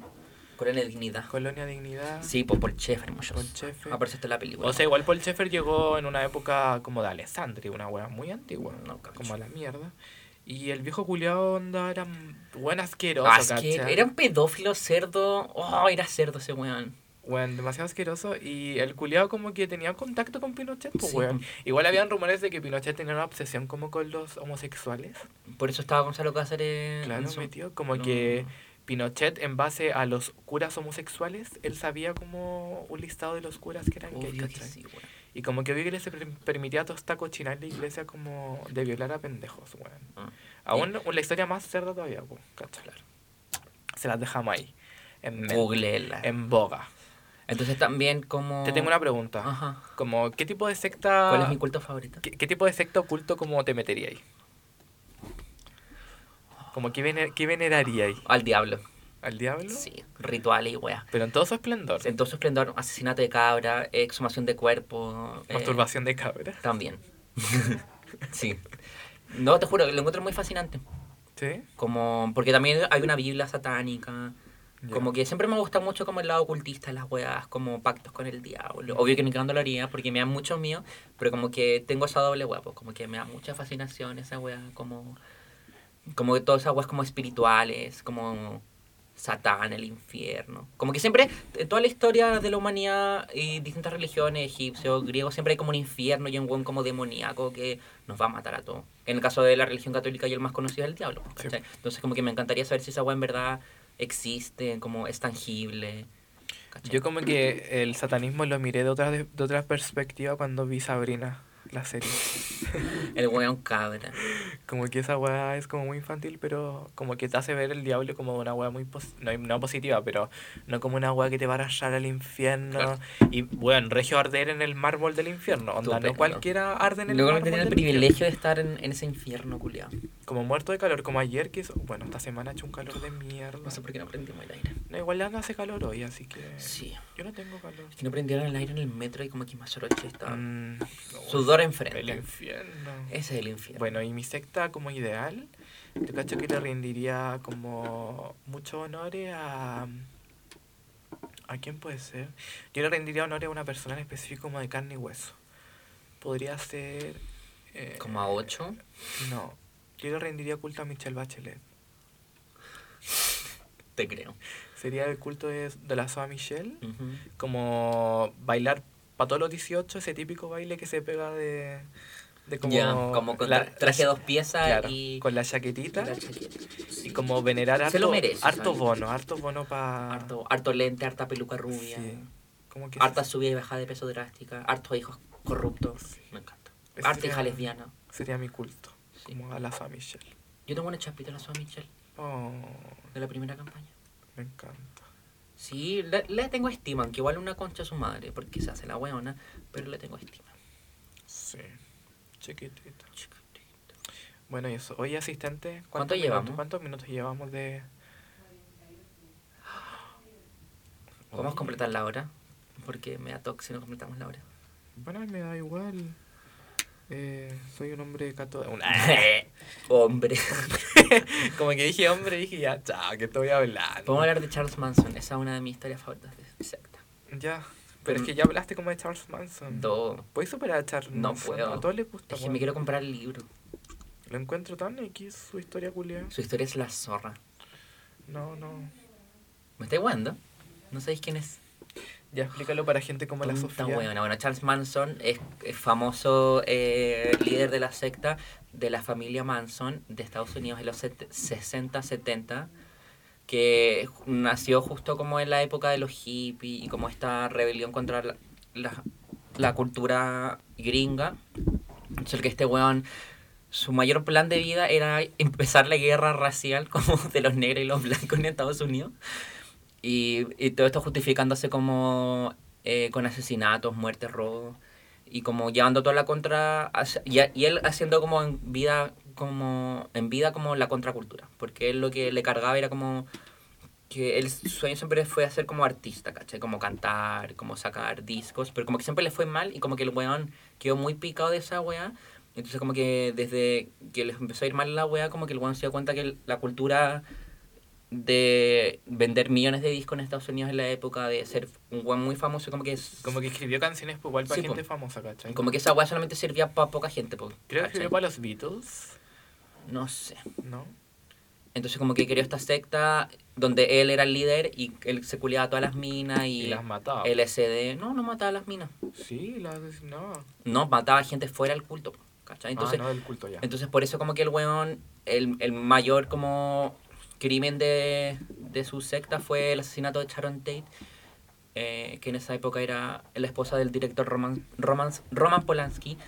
Speaker 2: Con la dignidad.
Speaker 1: Colonia Dignidad.
Speaker 2: Sí, pues por Schaeffer, muchos.
Speaker 1: Paul Schaeffer.
Speaker 2: Aparece esto en la película.
Speaker 1: O sea, igual Paul Schaeffer llegó en una época como de Alessandri, una wea muy antigua,
Speaker 2: No, cacho.
Speaker 1: como a la mierda. Y el viejo culiao onda era un buen asqueroso,
Speaker 2: Asque-
Speaker 1: ¿cachai?
Speaker 2: era un pedófilo cerdo. Oh, era cerdo ese weón.
Speaker 1: Weón, demasiado asqueroso. Y el culiado como que tenía contacto con Pinochet, pues,
Speaker 2: Sí,
Speaker 1: weón. Igual habían rumores de que Pinochet tenía una obsesión como con los homosexuales.
Speaker 2: Por Mm, eso estaba Gonzalo Cáceres.
Speaker 1: Claro,
Speaker 2: en su-
Speaker 1: metido. Como
Speaker 2: No.
Speaker 1: que Pinochet, en base a los curas homosexuales, él sabía como un listado de los curas que eran gays,
Speaker 2: Obvio que
Speaker 1: ¿cachai?
Speaker 2: sí, weón.
Speaker 1: Y como que Bigel se per- permitía toda esta cochina en la iglesia como de violar a pendejos, weón.
Speaker 2: Ah.
Speaker 1: Aún la historia más cerda todavía, po, ¿cachai? Se las dejamos ahí. En, men-
Speaker 2: Googleela.
Speaker 1: en boga.
Speaker 2: Entonces también como...
Speaker 1: Em- Te tengo una pregunta.
Speaker 2: Ajá.
Speaker 1: Como, ¿qué tipo de secta...
Speaker 2: Ah. ¿Cuál es mi culto favorito?
Speaker 1: ¿Qué, qué tipo de secta oculto como te metería ahí? Como, ¿qué, vene- qué veneraría ahí?
Speaker 2: Al diablo.
Speaker 1: ¿Al diablo?
Speaker 2: Sí, rituales y weá.
Speaker 1: Pero en todo su esplendor.
Speaker 2: En todo su esplendor, asesinato de cabra, exhumación de cuerpo. eh,
Speaker 1: Masturbación de cabra.
Speaker 2: también. (laughs) sí. No, te juro, lo encuentro muy fascinante.
Speaker 1: ¿Sí?
Speaker 2: Como, porque también hay una Biblia satánica.
Speaker 1: Ya.
Speaker 2: Como que siempre me gusta mucho como el lado ocultista, las weas, como pactos con el diablo. Obvio que ni cagando lo haría porque me da mucho miedo, pero como que tengo esa doble wea, pues como que me da mucha fascinación esa wea, como, como que todas esas weas como espirituales, como Satán, el infierno. Como que siempre, en toda la historia de la humanidad y distintas religiones, egipcios, griegos, siempre hay como un infierno y un buen como demoníaco que nos va a matar a todos. En el caso de la religión católica, y el más conocido es el diablo.
Speaker 1: Sí.
Speaker 2: ¿cachai? Entonces, como que me encantaría saber si esa weá en verdad existe, como es tangible. ¿cachai?
Speaker 1: Yo como que el satanismo lo miré de otra, de otra perspectiva cuando vi Sabrina, la serie.
Speaker 2: El weón cabra.
Speaker 1: Como que esa weá es como muy infantil, pero como que te hace ver el diablo como una weá muy pos- no, no positiva, pero no como una weá que te va a rayar al infierno.
Speaker 2: Claro.
Speaker 1: Y bueno, regio arder en el mármol del infierno. Onda,
Speaker 2: Estupendo.
Speaker 1: no cualquiera arde en el
Speaker 2: Luego
Speaker 1: mármol
Speaker 2: tener el
Speaker 1: del
Speaker 2: privilegio de estar en, en ese infierno, culiado.
Speaker 1: infierno. Como muerto de calor, como ayer que hizo. Bueno, esta semana ha hecho un calor de mierda.
Speaker 2: No sé por qué no prendimos el aire.
Speaker 1: No, igual ya no hace calor hoy, así que.
Speaker 2: Sí.
Speaker 1: Yo no tengo calor.
Speaker 2: Es que no prendieron el aire en el metro y como que más soroche estaba.
Speaker 1: Mm,
Speaker 2: Sudor
Speaker 1: el
Speaker 2: enfrente.
Speaker 1: infierno.
Speaker 2: Ese es el infierno.
Speaker 1: Bueno, y mi secta como ideal, yo cacho que le rendiría como mucho honores a... ¿A quién puede ser? Yo le rendiría honores a una persona en específico como de carne y hueso. Podría ser... eh,
Speaker 2: como a 8.
Speaker 1: No, yo le rendiría culto a Michelle Bachelet.
Speaker 2: Te creo.
Speaker 1: Sería el culto de, de la Soa Michelle,
Speaker 2: Ujú.
Speaker 1: como bailar para todos los 18, ese típico baile que se pega de... de como,
Speaker 2: ya, como con
Speaker 1: la-
Speaker 2: tra- traje dos piezas
Speaker 1: claro,
Speaker 2: y.
Speaker 1: con la
Speaker 2: y
Speaker 1: chaquetita.
Speaker 2: la chaqueta.
Speaker 1: Y como venerar harto,
Speaker 2: Se lo merece,
Speaker 1: harto
Speaker 2: ¿sabes?
Speaker 1: bono, harto bono para...
Speaker 2: harto, harto lente, harta peluca rubia.
Speaker 1: Como que
Speaker 2: Harta
Speaker 1: ese-
Speaker 2: subida y bajada de peso drástica. Hartos hijos corruptos. Me encanta.
Speaker 1: Ese
Speaker 2: Harta
Speaker 1: sería-
Speaker 2: hija lesbiana.
Speaker 1: Sería mi culto,
Speaker 2: Sí.
Speaker 1: como a la Fa Michelle.
Speaker 2: Yo tengo una chapita en la Soa Michelle
Speaker 1: Oh,
Speaker 2: de la primera campaña.
Speaker 1: me encanta.
Speaker 2: Sí, le, le tengo estima, aunque igual una concha a su madre, porque se hace la weona, pero le tengo estima.
Speaker 1: Sí, chiquitita. Bueno, y eso. Oye, asistente,
Speaker 2: ¿Cuánto
Speaker 1: minutos-
Speaker 2: llevamos?
Speaker 1: ¿Cuántos minutos llevamos de...?
Speaker 2: Vamos a
Speaker 1: Oye,
Speaker 2: completar la hora, porque me da toque si no completamos la hora.
Speaker 1: Bueno, me da igual. Eh, soy un hombre
Speaker 2: (laughs)
Speaker 1: católico.
Speaker 2: Ah. Hombre.
Speaker 1: como que dije hombre, dije ya, chao, que estoy hablando.
Speaker 2: Vamos a hablar de Charles Manson, esa es una de mis historias favoritas de secta.
Speaker 1: Ya, pero es
Speaker 2: Mm.
Speaker 1: que ya hablaste como de Charles Manson.
Speaker 2: Todo.
Speaker 1: ¿Puedes superar a Charles
Speaker 2: No
Speaker 1: Manson?
Speaker 2: puedo.
Speaker 1: A todos les gusta.
Speaker 2: Es que
Speaker 1: weón.
Speaker 2: me quiero comprar el libro.
Speaker 1: Lo encuentro tan X su historia culiada.
Speaker 2: Su historia es la zorra.
Speaker 1: No, no.
Speaker 2: ¿Me estáis guando? No sabéis quién es.
Speaker 1: Ya explícalo para gente como la
Speaker 2: Tonta
Speaker 1: Sofía.
Speaker 2: hueona. Bueno, Charles Manson es, es famoso eh, líder de la secta de la familia Manson de Estados Unidos en los 60-70, que ju- nació justo como en la época de los hippies y como esta rebelión contra la, la- la cultura gringa. Es el que este weón, su mayor plan de vida era empezar la guerra racial (laughs) como de los negros y los blancos en Estados Unidos. Y, y todo esto justificándose como eh, con asesinatos, muertes, robos, y como llevando toda la contra, hacia- y, a- y él haciendo como en vida como en vida como la contracultura, porque él lo que le cargaba era como que él su sueño siempre fue hacer como artista, ¿cachai? Como cantar, como sacar discos, pero como que siempre le fue mal y como que el weón quedó muy picado de esa weá. Entonces como que desde que les empezó a ir mal la weá, como que el weón se dio cuenta que el- la cultura de vender millones de discos en Estados Unidos en la época, de ser un weón muy famoso, como que es-
Speaker 1: Como que escribió canciones pues, igual para
Speaker 2: Sí,
Speaker 1: gente
Speaker 2: po.
Speaker 1: famosa, ¿cachai?
Speaker 2: como que esa weá solamente servía para poca gente, po,
Speaker 1: Creo que
Speaker 2: ¿cachai?
Speaker 1: escribió para los Beatles,
Speaker 2: No sé.
Speaker 1: ¿no?
Speaker 2: Entonces como que creó esta secta donde él era el líder y él se culiaba a todas las minas
Speaker 1: Y,
Speaker 2: y...
Speaker 1: las mataba.
Speaker 2: LSD, no, no mataba a las minas.
Speaker 1: Sí, las asesinaba.
Speaker 2: No, mataba a gente fuera del culto, po, ¿cachai? Entonces,
Speaker 1: ah, no, del culto ya.
Speaker 2: entonces por eso como que el weón, el, el mayor como crimen de, de su secta fue el asesinato de Sharon Tate, eh, que en esa época era la esposa del director Roman, Roman, Roman Polanski,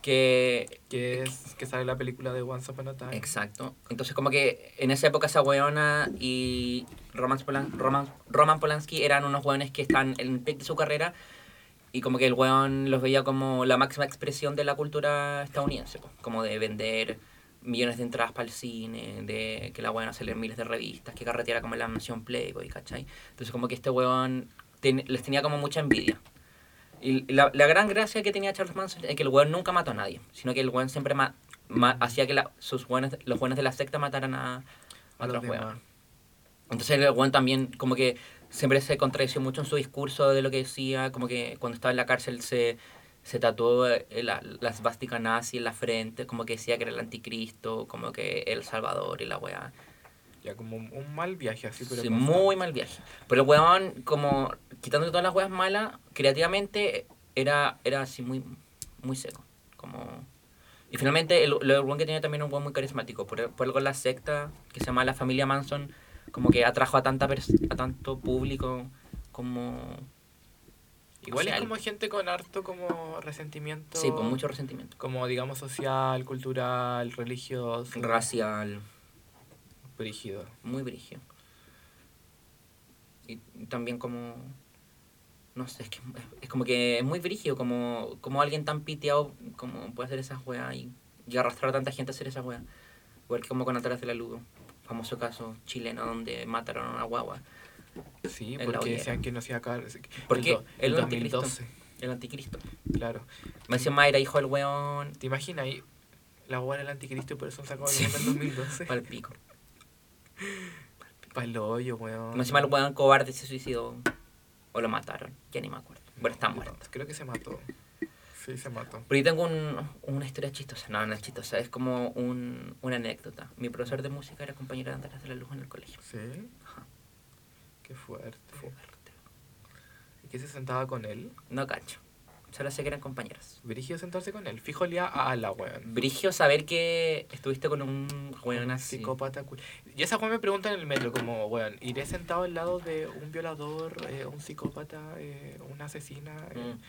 Speaker 2: que...
Speaker 1: Que, es, que sale la película de Once Upon a Time.
Speaker 2: Exacto. Entonces como que en esa época esa weona y Roman, Polan- Roman, Roman Polanski eran unos weones que están en el pic de su carrera y como que el weón los veía como la máxima expresión de la cultura estadounidense, po, como de vender millones de entradas para el cine, de que la weona se leen miles de revistas, que carreteara como en la mansión Playboy, ¿cachai? Entonces como que este weón ten- les tenía como mucha envidia. Y la, la gran gracia que tenía Charles Manson es que el weón nunca mató a nadie, sino que el weón siempre ma- ma- hacía que la- sus weones- los weones de la secta mataran a, a
Speaker 1: A los
Speaker 2: otros
Speaker 1: demás.
Speaker 2: weones. Entonces el weón también como que siempre se contradició mucho en su discurso de lo que decía, como que cuando estaba en la cárcel se, se tatuó eh, la, la svástica nazi en la frente, como que decía que era el anticristo, como que el salvador y la weá.
Speaker 1: Ya como un, un mal viaje así, pero...
Speaker 2: Sí,
Speaker 1: con-
Speaker 2: muy mal viaje. Pero el weón, como quitando todas las weas malas, creativamente era, era así muy, muy seco. Como... Y finalmente el, el weón que tenía también era un weón muy carismático. Por, por algo la secta que se llama la familia Manson, como que atrajo a, tanta pers- a tanto público como...
Speaker 1: Igual
Speaker 2: o sea,
Speaker 1: es como gente con harto como resentimiento.
Speaker 2: Sí, pues, con mucho resentimiento.
Speaker 1: Como digamos social, cultural, religioso.
Speaker 2: Racial,
Speaker 1: Brígido.
Speaker 2: muy brígido. Y también como... No sé, es que es, es como que es muy brígido, como, como alguien tan piteado como puede hacer esas weas y, y arrastrar a tanta gente a hacer esas weas. Igual que como con Atrás de la Luz, famoso caso chileno donde mataron a una guagua.
Speaker 1: Sí,
Speaker 2: En la
Speaker 1: porque
Speaker 2: hoguera.
Speaker 1: decían que no se iba a caer. así que-
Speaker 2: ¿Por
Speaker 1: el
Speaker 2: qué?
Speaker 1: do- El,
Speaker 2: El anticristo.
Speaker 1: 2012,
Speaker 2: El anticristo.
Speaker 1: claro.
Speaker 2: Me decía Mayra, hijo del weón,
Speaker 1: ¿Te imaginas ahí? La hueá del anticristo y por eso han sacado el
Speaker 2: Sí.
Speaker 1: nombre en
Speaker 2: (laughs)
Speaker 1: 2012.
Speaker 2: pal pico.
Speaker 1: Pa'l hoyo, weón.
Speaker 2: Me decía el weón cobarde se suicidó. O lo mataron, ya ni me acuerdo. Bueno, está
Speaker 1: No,
Speaker 2: muerto.
Speaker 1: Creo que se mató. Sí, se mató.
Speaker 2: Pero yo tengo un- una historia chistosa, no, no es chistosa, es como un, una anécdota. Mi profesor de música era compañero de Andrés de la Luz en el colegio.
Speaker 1: Sí.
Speaker 2: Ajá.
Speaker 1: Qué fuerte.
Speaker 2: Fuerte.
Speaker 1: ¿Y qué se sentaba con él?
Speaker 2: No cacho, solo sé que eran compañeros.
Speaker 1: Brígido sentarse con él. Fijo olía a ala, weón.
Speaker 2: Brigio saber que estuviste con un weón
Speaker 1: Un
Speaker 2: así.
Speaker 1: Psicópata cool. Y esa weón me pregunta en el metro, como, weón, ¿iré sentado al lado de un violador, eh, un psicópata, eh, una asesina? Eh,
Speaker 2: Mm.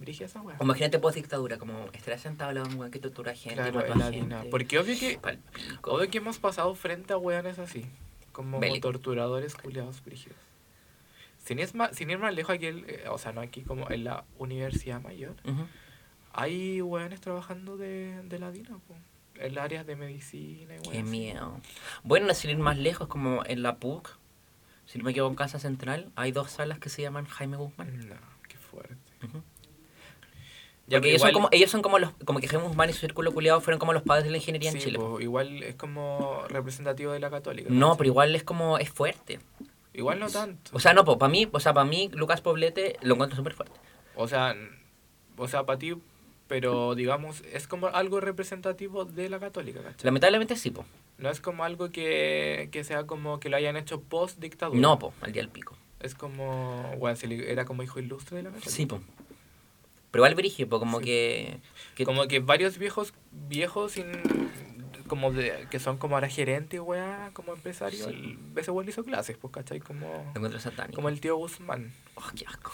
Speaker 1: Brígida esa
Speaker 2: O
Speaker 1: weón.
Speaker 2: Imagínate post dictadura, como estarás sentado al lado de un weón que tortura gente,
Speaker 1: Claro,
Speaker 2: mató
Speaker 1: en
Speaker 2: a
Speaker 1: la
Speaker 2: gente.
Speaker 1: arena. Porque obvio que,
Speaker 2: Palpico.
Speaker 1: obvio que hemos pasado frente a weones así. Como
Speaker 2: Bélico.
Speaker 1: torturadores culiados brígidos. Sin, es ma- sin ir más lejos aquí, el- eh, o sea, no aquí, como en la Universidad Mayor,
Speaker 2: Ujú.
Speaker 1: hay weones trabajando de, de la DINA, po. En las áreas de medicina y weón.
Speaker 2: Qué miedo. Bueno, sin ir más lejos, como en la PUC, si no me equivoco en Casa Central, hay dos salas que se llaman Jaime Guzmán.
Speaker 1: No, qué fuerte.
Speaker 2: Ujú.
Speaker 1: Ya, pero
Speaker 2: Porque ellos,
Speaker 1: igual-
Speaker 2: son como, ellos son como los, como que Jaime Guzmán y su círculo culiado fueron como los padres de la ingeniería en
Speaker 1: Sí,
Speaker 2: Chile.
Speaker 1: po, igual es como representativo de la católica.
Speaker 2: No,
Speaker 1: ¿cachai?
Speaker 2: pero igual es como, es fuerte.
Speaker 1: Igual no tanto.
Speaker 2: O sea, no, para mí, o sea, para mí, Lucas Poblete lo encuentro súper fuerte.
Speaker 1: O sea, n- o sea, para ti, pero digamos, es como algo representativo de la católica, ¿cachai?
Speaker 2: Lamentablemente sí, po.
Speaker 1: No es como algo que, que sea como que lo hayan hecho post dictadura.
Speaker 2: No, po, al día del pico.
Speaker 1: Es como, bueno, se le- era como hijo ilustre de la católica.
Speaker 2: Sí, po. Pero igual Brigio, po, como
Speaker 1: Sí.
Speaker 2: que... que
Speaker 1: Como que varios viejos, viejos sin, como de, que son como ahora gerentes, weá, como empresarios.
Speaker 2: Sí.
Speaker 1: el- Ese weón le hizo clases, pues, ¿cachai? Como,
Speaker 2: Lo encuentro satánico.
Speaker 1: como el tío Guzmán.
Speaker 2: Oh, qué asco.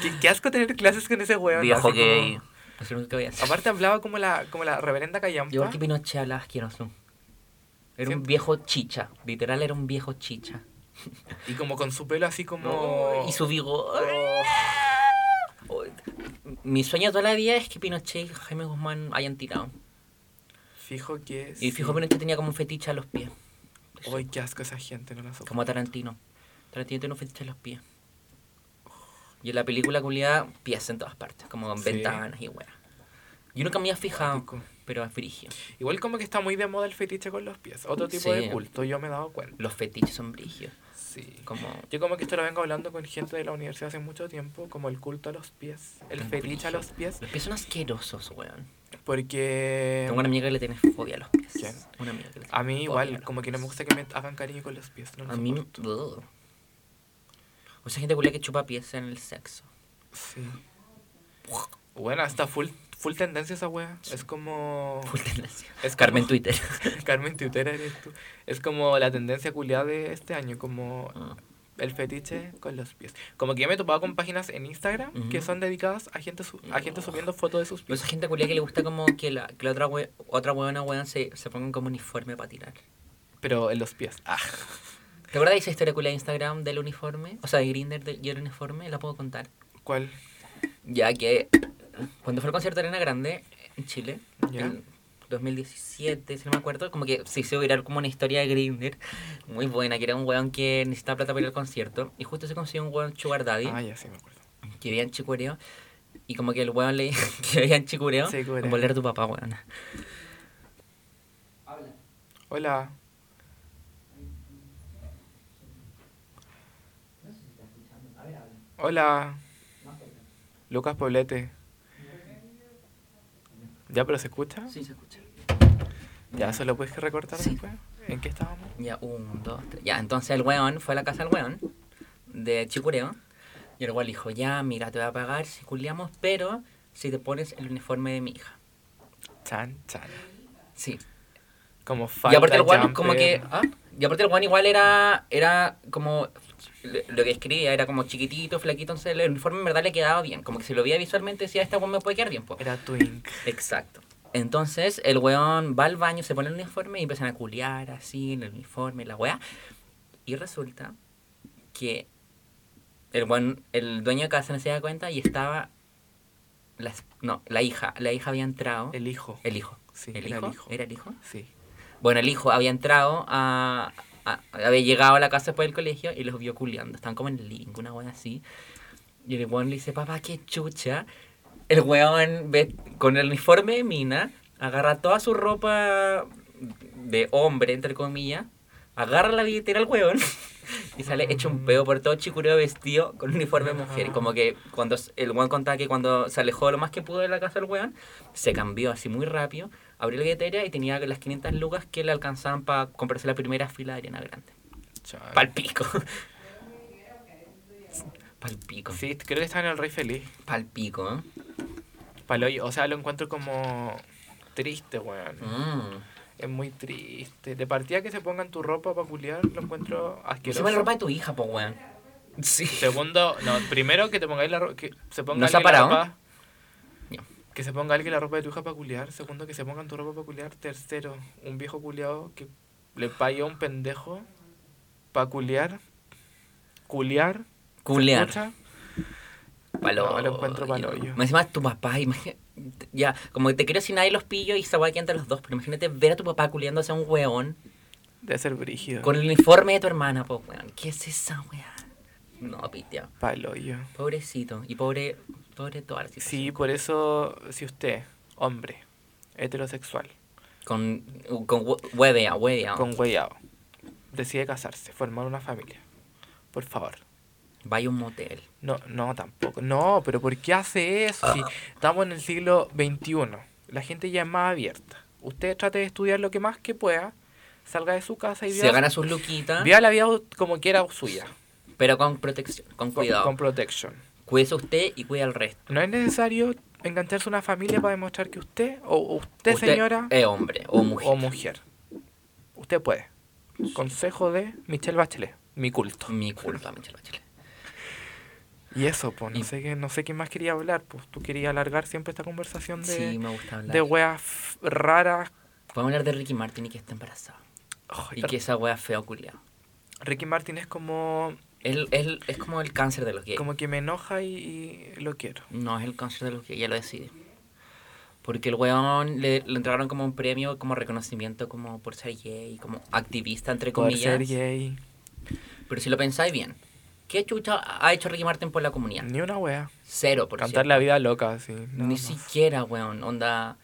Speaker 1: Qué, qué asco tener clases con ese weón.
Speaker 2: Viejo
Speaker 1: así como-
Speaker 2: gay. No sé lo que voy a hacer.
Speaker 1: Aparte hablaba como la, como la reverenda Callampa.
Speaker 2: Yo creo que Pinochet hablaba asqueroso. Era un
Speaker 1: Siempre.
Speaker 2: viejo chicha. Literal, era un viejo chicha.
Speaker 1: Y como con su pelo así como...
Speaker 2: Y su vigor.
Speaker 1: Oh,
Speaker 2: Oh, Mi sueño toda la vida es que Pinochet y Jaime Guzmán hayan tirado.
Speaker 1: fijo que es...
Speaker 2: Y fijo Pinochet tenía como un fetiche a los pies.
Speaker 1: Uy, qué asco esa gente, no la soporto.
Speaker 2: Como a Tarantino. Tarantino tiene un fetiche a los pies. Y en la película culiada, pies en todas partes. Como en
Speaker 1: Sí.
Speaker 2: ventanas y weá. Yo nunca me había fijado,
Speaker 1: Cuático.
Speaker 2: pero es frigio.
Speaker 1: Igual como que está muy de moda el fetiche con los pies. Otro tipo
Speaker 2: Sí.
Speaker 1: de culto, yo me he dado cuenta.
Speaker 2: Los fetiches son brigios.
Speaker 1: Sí.
Speaker 2: Como...
Speaker 1: Yo como que esto lo vengo hablando con gente de la universidad hace mucho tiempo, como el culto a los pies, el
Speaker 2: Tan
Speaker 1: fetiche a
Speaker 2: brígido.
Speaker 1: los pies,
Speaker 2: Los pies son asquerosos, weón.
Speaker 1: Eh, porque
Speaker 2: Tengo una amiga que le tiene fobia a los pies.
Speaker 1: ¿Quién?
Speaker 2: Una amiga que le tiene
Speaker 1: a mí
Speaker 2: fobia a
Speaker 1: igual,
Speaker 2: los
Speaker 1: como que no me
Speaker 2: pies.
Speaker 1: gusta que me hagan cariño con los pies. No lo
Speaker 2: A mí...
Speaker 1: soporto.
Speaker 2: Ugh. O sea, gente culia que chupa pies en el sexo.
Speaker 1: Sí. Bueno, está full, Full tendencia esa wea. Es como.
Speaker 2: Full tendencia.
Speaker 1: (laughs) Es
Speaker 2: Carmen
Speaker 1: como-
Speaker 2: Twitter.
Speaker 1: (laughs) Carmen Tutera eres tú. Es como la tendencia culiada de este año, como
Speaker 2: Ah.
Speaker 1: el fetiche con los pies. Como que yo me he topado con páginas en Instagram que
Speaker 2: Ujú. Oh.
Speaker 1: son dedicadas a gente, su- a gente subiendo fotos de sus
Speaker 2: Pero esa
Speaker 1: pies.
Speaker 2: gente culia que le gusta como que la, que la otra, hue- otra huevona hueón se, se pongan como uniforme para tirar. Pues
Speaker 1: Pero en los pies. Ah.
Speaker 2: ¿Te acuerdas de esa historia culia de Instagram del uniforme? O sea, de Grinder y el uniforme, la puedo contar.
Speaker 1: ¿Cuál?
Speaker 2: Ya que cuando fue el concierto de Arena Grande en Chile,
Speaker 1: Ya.
Speaker 2: en 2017, si no me acuerdo, como que se hizo viral como una historia de Grinder muy buena, que era un weón que necesitaba plata para ir al concierto. Y justo se consiguió un weón Sugar Daddy,
Speaker 1: Ah, ya sí me acuerdo.
Speaker 2: que vivía en Chicureo. Y como que el weón le (laughs) que vivía en Chicureo,
Speaker 1: Sí, Chicureo.
Speaker 2: volver tu papá, weón.
Speaker 1: Hola. Hola. Lucas Poblete. ¿Ya, pero se escucha?
Speaker 2: Sí, se escucha.
Speaker 1: Ya, solo puedes que recortar
Speaker 2: Sí.
Speaker 1: después. ¿En qué estábamos?
Speaker 2: Ya, un, dos, tres. Ya, entonces el weón fue a la casa del weón de Chicureo. Y el weón le dijo, ya, mira, te voy a pagar si culiamos, pero si te pones el uniforme de mi hija.
Speaker 1: Chan, chan.
Speaker 2: Sí.
Speaker 1: Como
Speaker 2: y
Speaker 1: falta
Speaker 2: aparte el weón como que...
Speaker 1: jumper.
Speaker 2: ¿ah? Y aparte el weón igual era, era como... le- Lo que escribía era como chiquitito, flaquito, entonces el uniforme en verdad le quedaba bien. Como que si lo veía visualmente decía, esta weón me puede quedar bien, po".
Speaker 1: Era Twink.
Speaker 2: Exacto. Entonces el weón va al baño, se pone el uniforme y empiezan a culiar así, en el uniforme, la weá. Y resulta que el weón, el dueño de casa no se da cuenta y estaba. las- no, la hija. La hija había entrado. El,
Speaker 1: El hijo.
Speaker 2: hijo.
Speaker 1: Sí,
Speaker 2: el,
Speaker 1: era
Speaker 2: hijo,
Speaker 1: el hijo.
Speaker 2: ¿Era el hijo?
Speaker 1: Sí.
Speaker 2: Bueno, el hijo había entrado a. a- había llegado a la casa después del colegio y los vio culiando. Estaban como en el living, una weón así. Y el weón le dice, papá, qué chucha. El weón ve con el uniforme de mina, agarra toda su ropa de hombre, entre comillas, agarra la billetera al weón (laughs) y sale hecho un peo por todo chicureo vestido con uniforme de mujer. Como que cuando s- el weón contaba que cuando se alejó lo más que pudo de la casa del weón, se cambió así muy rápido, abrió la billetera y tenía las 500 lucas que le alcanzaban para comprarse la primera fila de Ariana Grande.
Speaker 1: Chao. (laughs)
Speaker 2: Palpico. Palpico.
Speaker 1: Sí, creo que está en el Rey Feliz.
Speaker 2: Palpico, ¿eh?
Speaker 1: Paloyo. O sea, lo encuentro como triste, weón.
Speaker 2: Mm.
Speaker 1: Es muy triste. De partida que se pongan tu ropa para culiar, lo encuentro
Speaker 2: Que
Speaker 1: asqueroso.
Speaker 2: sube la ropa de tu hija, po, weón. Sí.
Speaker 1: Segundo, no, primero que te pongáis la ropa. Que se ponga
Speaker 2: ¿No se ha
Speaker 1: alguien la
Speaker 2: parado?
Speaker 1: ropa.
Speaker 2: Ya.
Speaker 1: Que se ponga alguien la ropa de tu hija para culiar. Segundo, que se pongan tu ropa para culiar. Tercero, un viejo culiado que le pague a un pendejo para culiar. Culiar.
Speaker 2: Culear.
Speaker 1: ¿Escucha?
Speaker 2: Palo.
Speaker 1: No, lo encuentro paloyo.
Speaker 2: Más encima tu papá, imagínate. Ya, como que te quiero si nadie los pillo y esa weá que entre los dos, pero imagínate ver a tu papá culiándose a un weón
Speaker 1: Debe ser brígido.
Speaker 2: con el uniforme de tu hermana, po, weón. ¿Qué es esa weá? No, pitea.
Speaker 1: Paloyo.
Speaker 2: Pobrecito. Y pobre. Pobre toda la situación.
Speaker 1: Sí, por eso, si usted, hombre, heterosexual,
Speaker 2: Con. Con hue- huevea, huevea.
Speaker 1: con huellado, decide casarse, formar una familia, por favor.
Speaker 2: Vaya a un motel.
Speaker 1: No, no, tampoco. No, pero ¿por qué hace eso? Si estamos en el siglo XXI, la gente ya es más abierta. Usted trate de estudiar lo que más que pueda, salga de su casa y
Speaker 2: Se
Speaker 1: vea-
Speaker 2: gana sus luquitas,
Speaker 1: vea la vida como quiera suya,
Speaker 2: pero con protección, con
Speaker 1: con,
Speaker 2: cuidado.
Speaker 1: con protection.
Speaker 2: Cuídese usted y cuida al resto.
Speaker 1: No es necesario engancharse a una familia para demostrar que usted, o usted,
Speaker 2: Usted
Speaker 1: señora,
Speaker 2: Es hombre o mujer.
Speaker 1: o mujer. Usted puede. Consejo de Michelle Bachelet, mi culto.
Speaker 2: Mi culpa, Michelle Bachelet.
Speaker 1: Y eso, pues, no
Speaker 2: Y-
Speaker 1: sé qué, no sé qué más quería hablar, pues tú querías alargar siempre esta conversación de,
Speaker 2: Sí, me gusta hablar.
Speaker 1: de weas f- raras.
Speaker 2: Vamos a hablar de Ricky Martin y que está embarazada.
Speaker 1: Ay,
Speaker 2: Y que esa wea fea culiada.
Speaker 1: Ricky Martin es como,
Speaker 2: Él, él- es como el cáncer de los gays.
Speaker 1: como que me enoja y, y lo quiero.
Speaker 2: No es el cáncer de los gays, ya lo decide. Porque el weón le, le entregaron como un premio, como reconocimiento, como por ser gay, como activista, entre
Speaker 1: Por
Speaker 2: comillas.
Speaker 1: ser gay.
Speaker 2: Pero si lo pensáis bien, ¿qué chucha ha hecho Ricky Martin por la comunidad?
Speaker 1: Ni una wea.
Speaker 2: Cero, por
Speaker 1: Cantar
Speaker 2: cierto.
Speaker 1: la vida loca, así. nada
Speaker 2: Ni
Speaker 1: más.
Speaker 2: siquiera, weón, onda...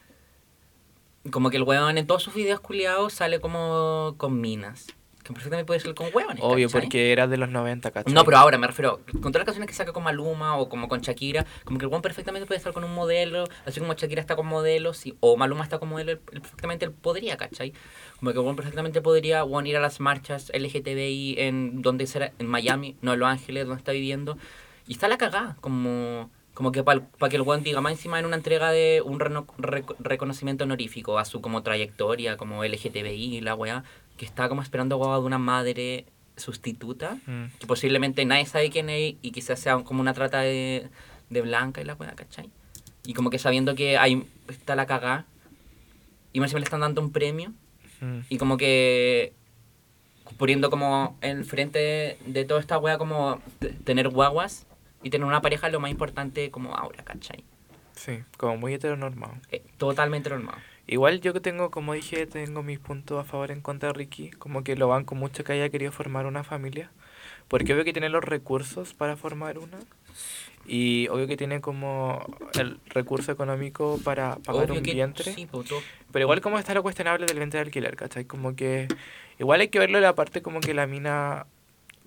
Speaker 2: Como que el weón en todos sus videos culiados sale como con minas. Que perfectamente puede ser con huevones,
Speaker 1: Obvio,
Speaker 2: ¿cachai?
Speaker 1: porque era de los 90, ¿cachai?
Speaker 2: No, pero ahora me refiero, con todas las canciones que saca con Maluma o como con Shakira, como que el weón perfectamente puede estar con un modelo, así como Shakira está con modelos, y- o Maluma está con modelo, él- él perfectamente él podría, ¿cachai? Como que el weón perfectamente podría weón, ir a las marchas LGTBI en donde será, en Miami, no en Los Ángeles, donde está viviendo, y está la cagada, como, Como que para que el weón diga más encima en una entrega de un reno- rec- reconocimiento honorífico a su como trayectoria, como LGTBI y la weá, que está como esperando guagua de una madre sustituta,
Speaker 1: Mm.
Speaker 2: que posiblemente nadie sabe quién es y quizás sea como una trata de, de blanca y la weá, ¿cachai? Y como que sabiendo que ahí está la cagá, y más encima le están dando un premio,
Speaker 1: Mm.
Speaker 2: y como que poniendo como en frente de toda esta wea como t- tener guaguas y tener una pareja es lo más importante como ahora, ¿cachai?
Speaker 1: Sí, como muy heteronormado.
Speaker 2: Eh, totalmente normal.
Speaker 1: Igual yo que tengo, como dije, tengo mis puntos a favor en contra de Ricky, como que lo banco mucho que haya querido formar una familia, porque obvio que tiene los recursos para formar una y obvio que tiene como el recurso económico para pagar
Speaker 2: Obvio
Speaker 1: un
Speaker 2: que-
Speaker 1: vientre,
Speaker 2: Sí, pues, todo-
Speaker 1: pero igual como está lo cuestionable del vientre de alquiler, ¿cachai? Como que igual hay que verlo la parte como que la mina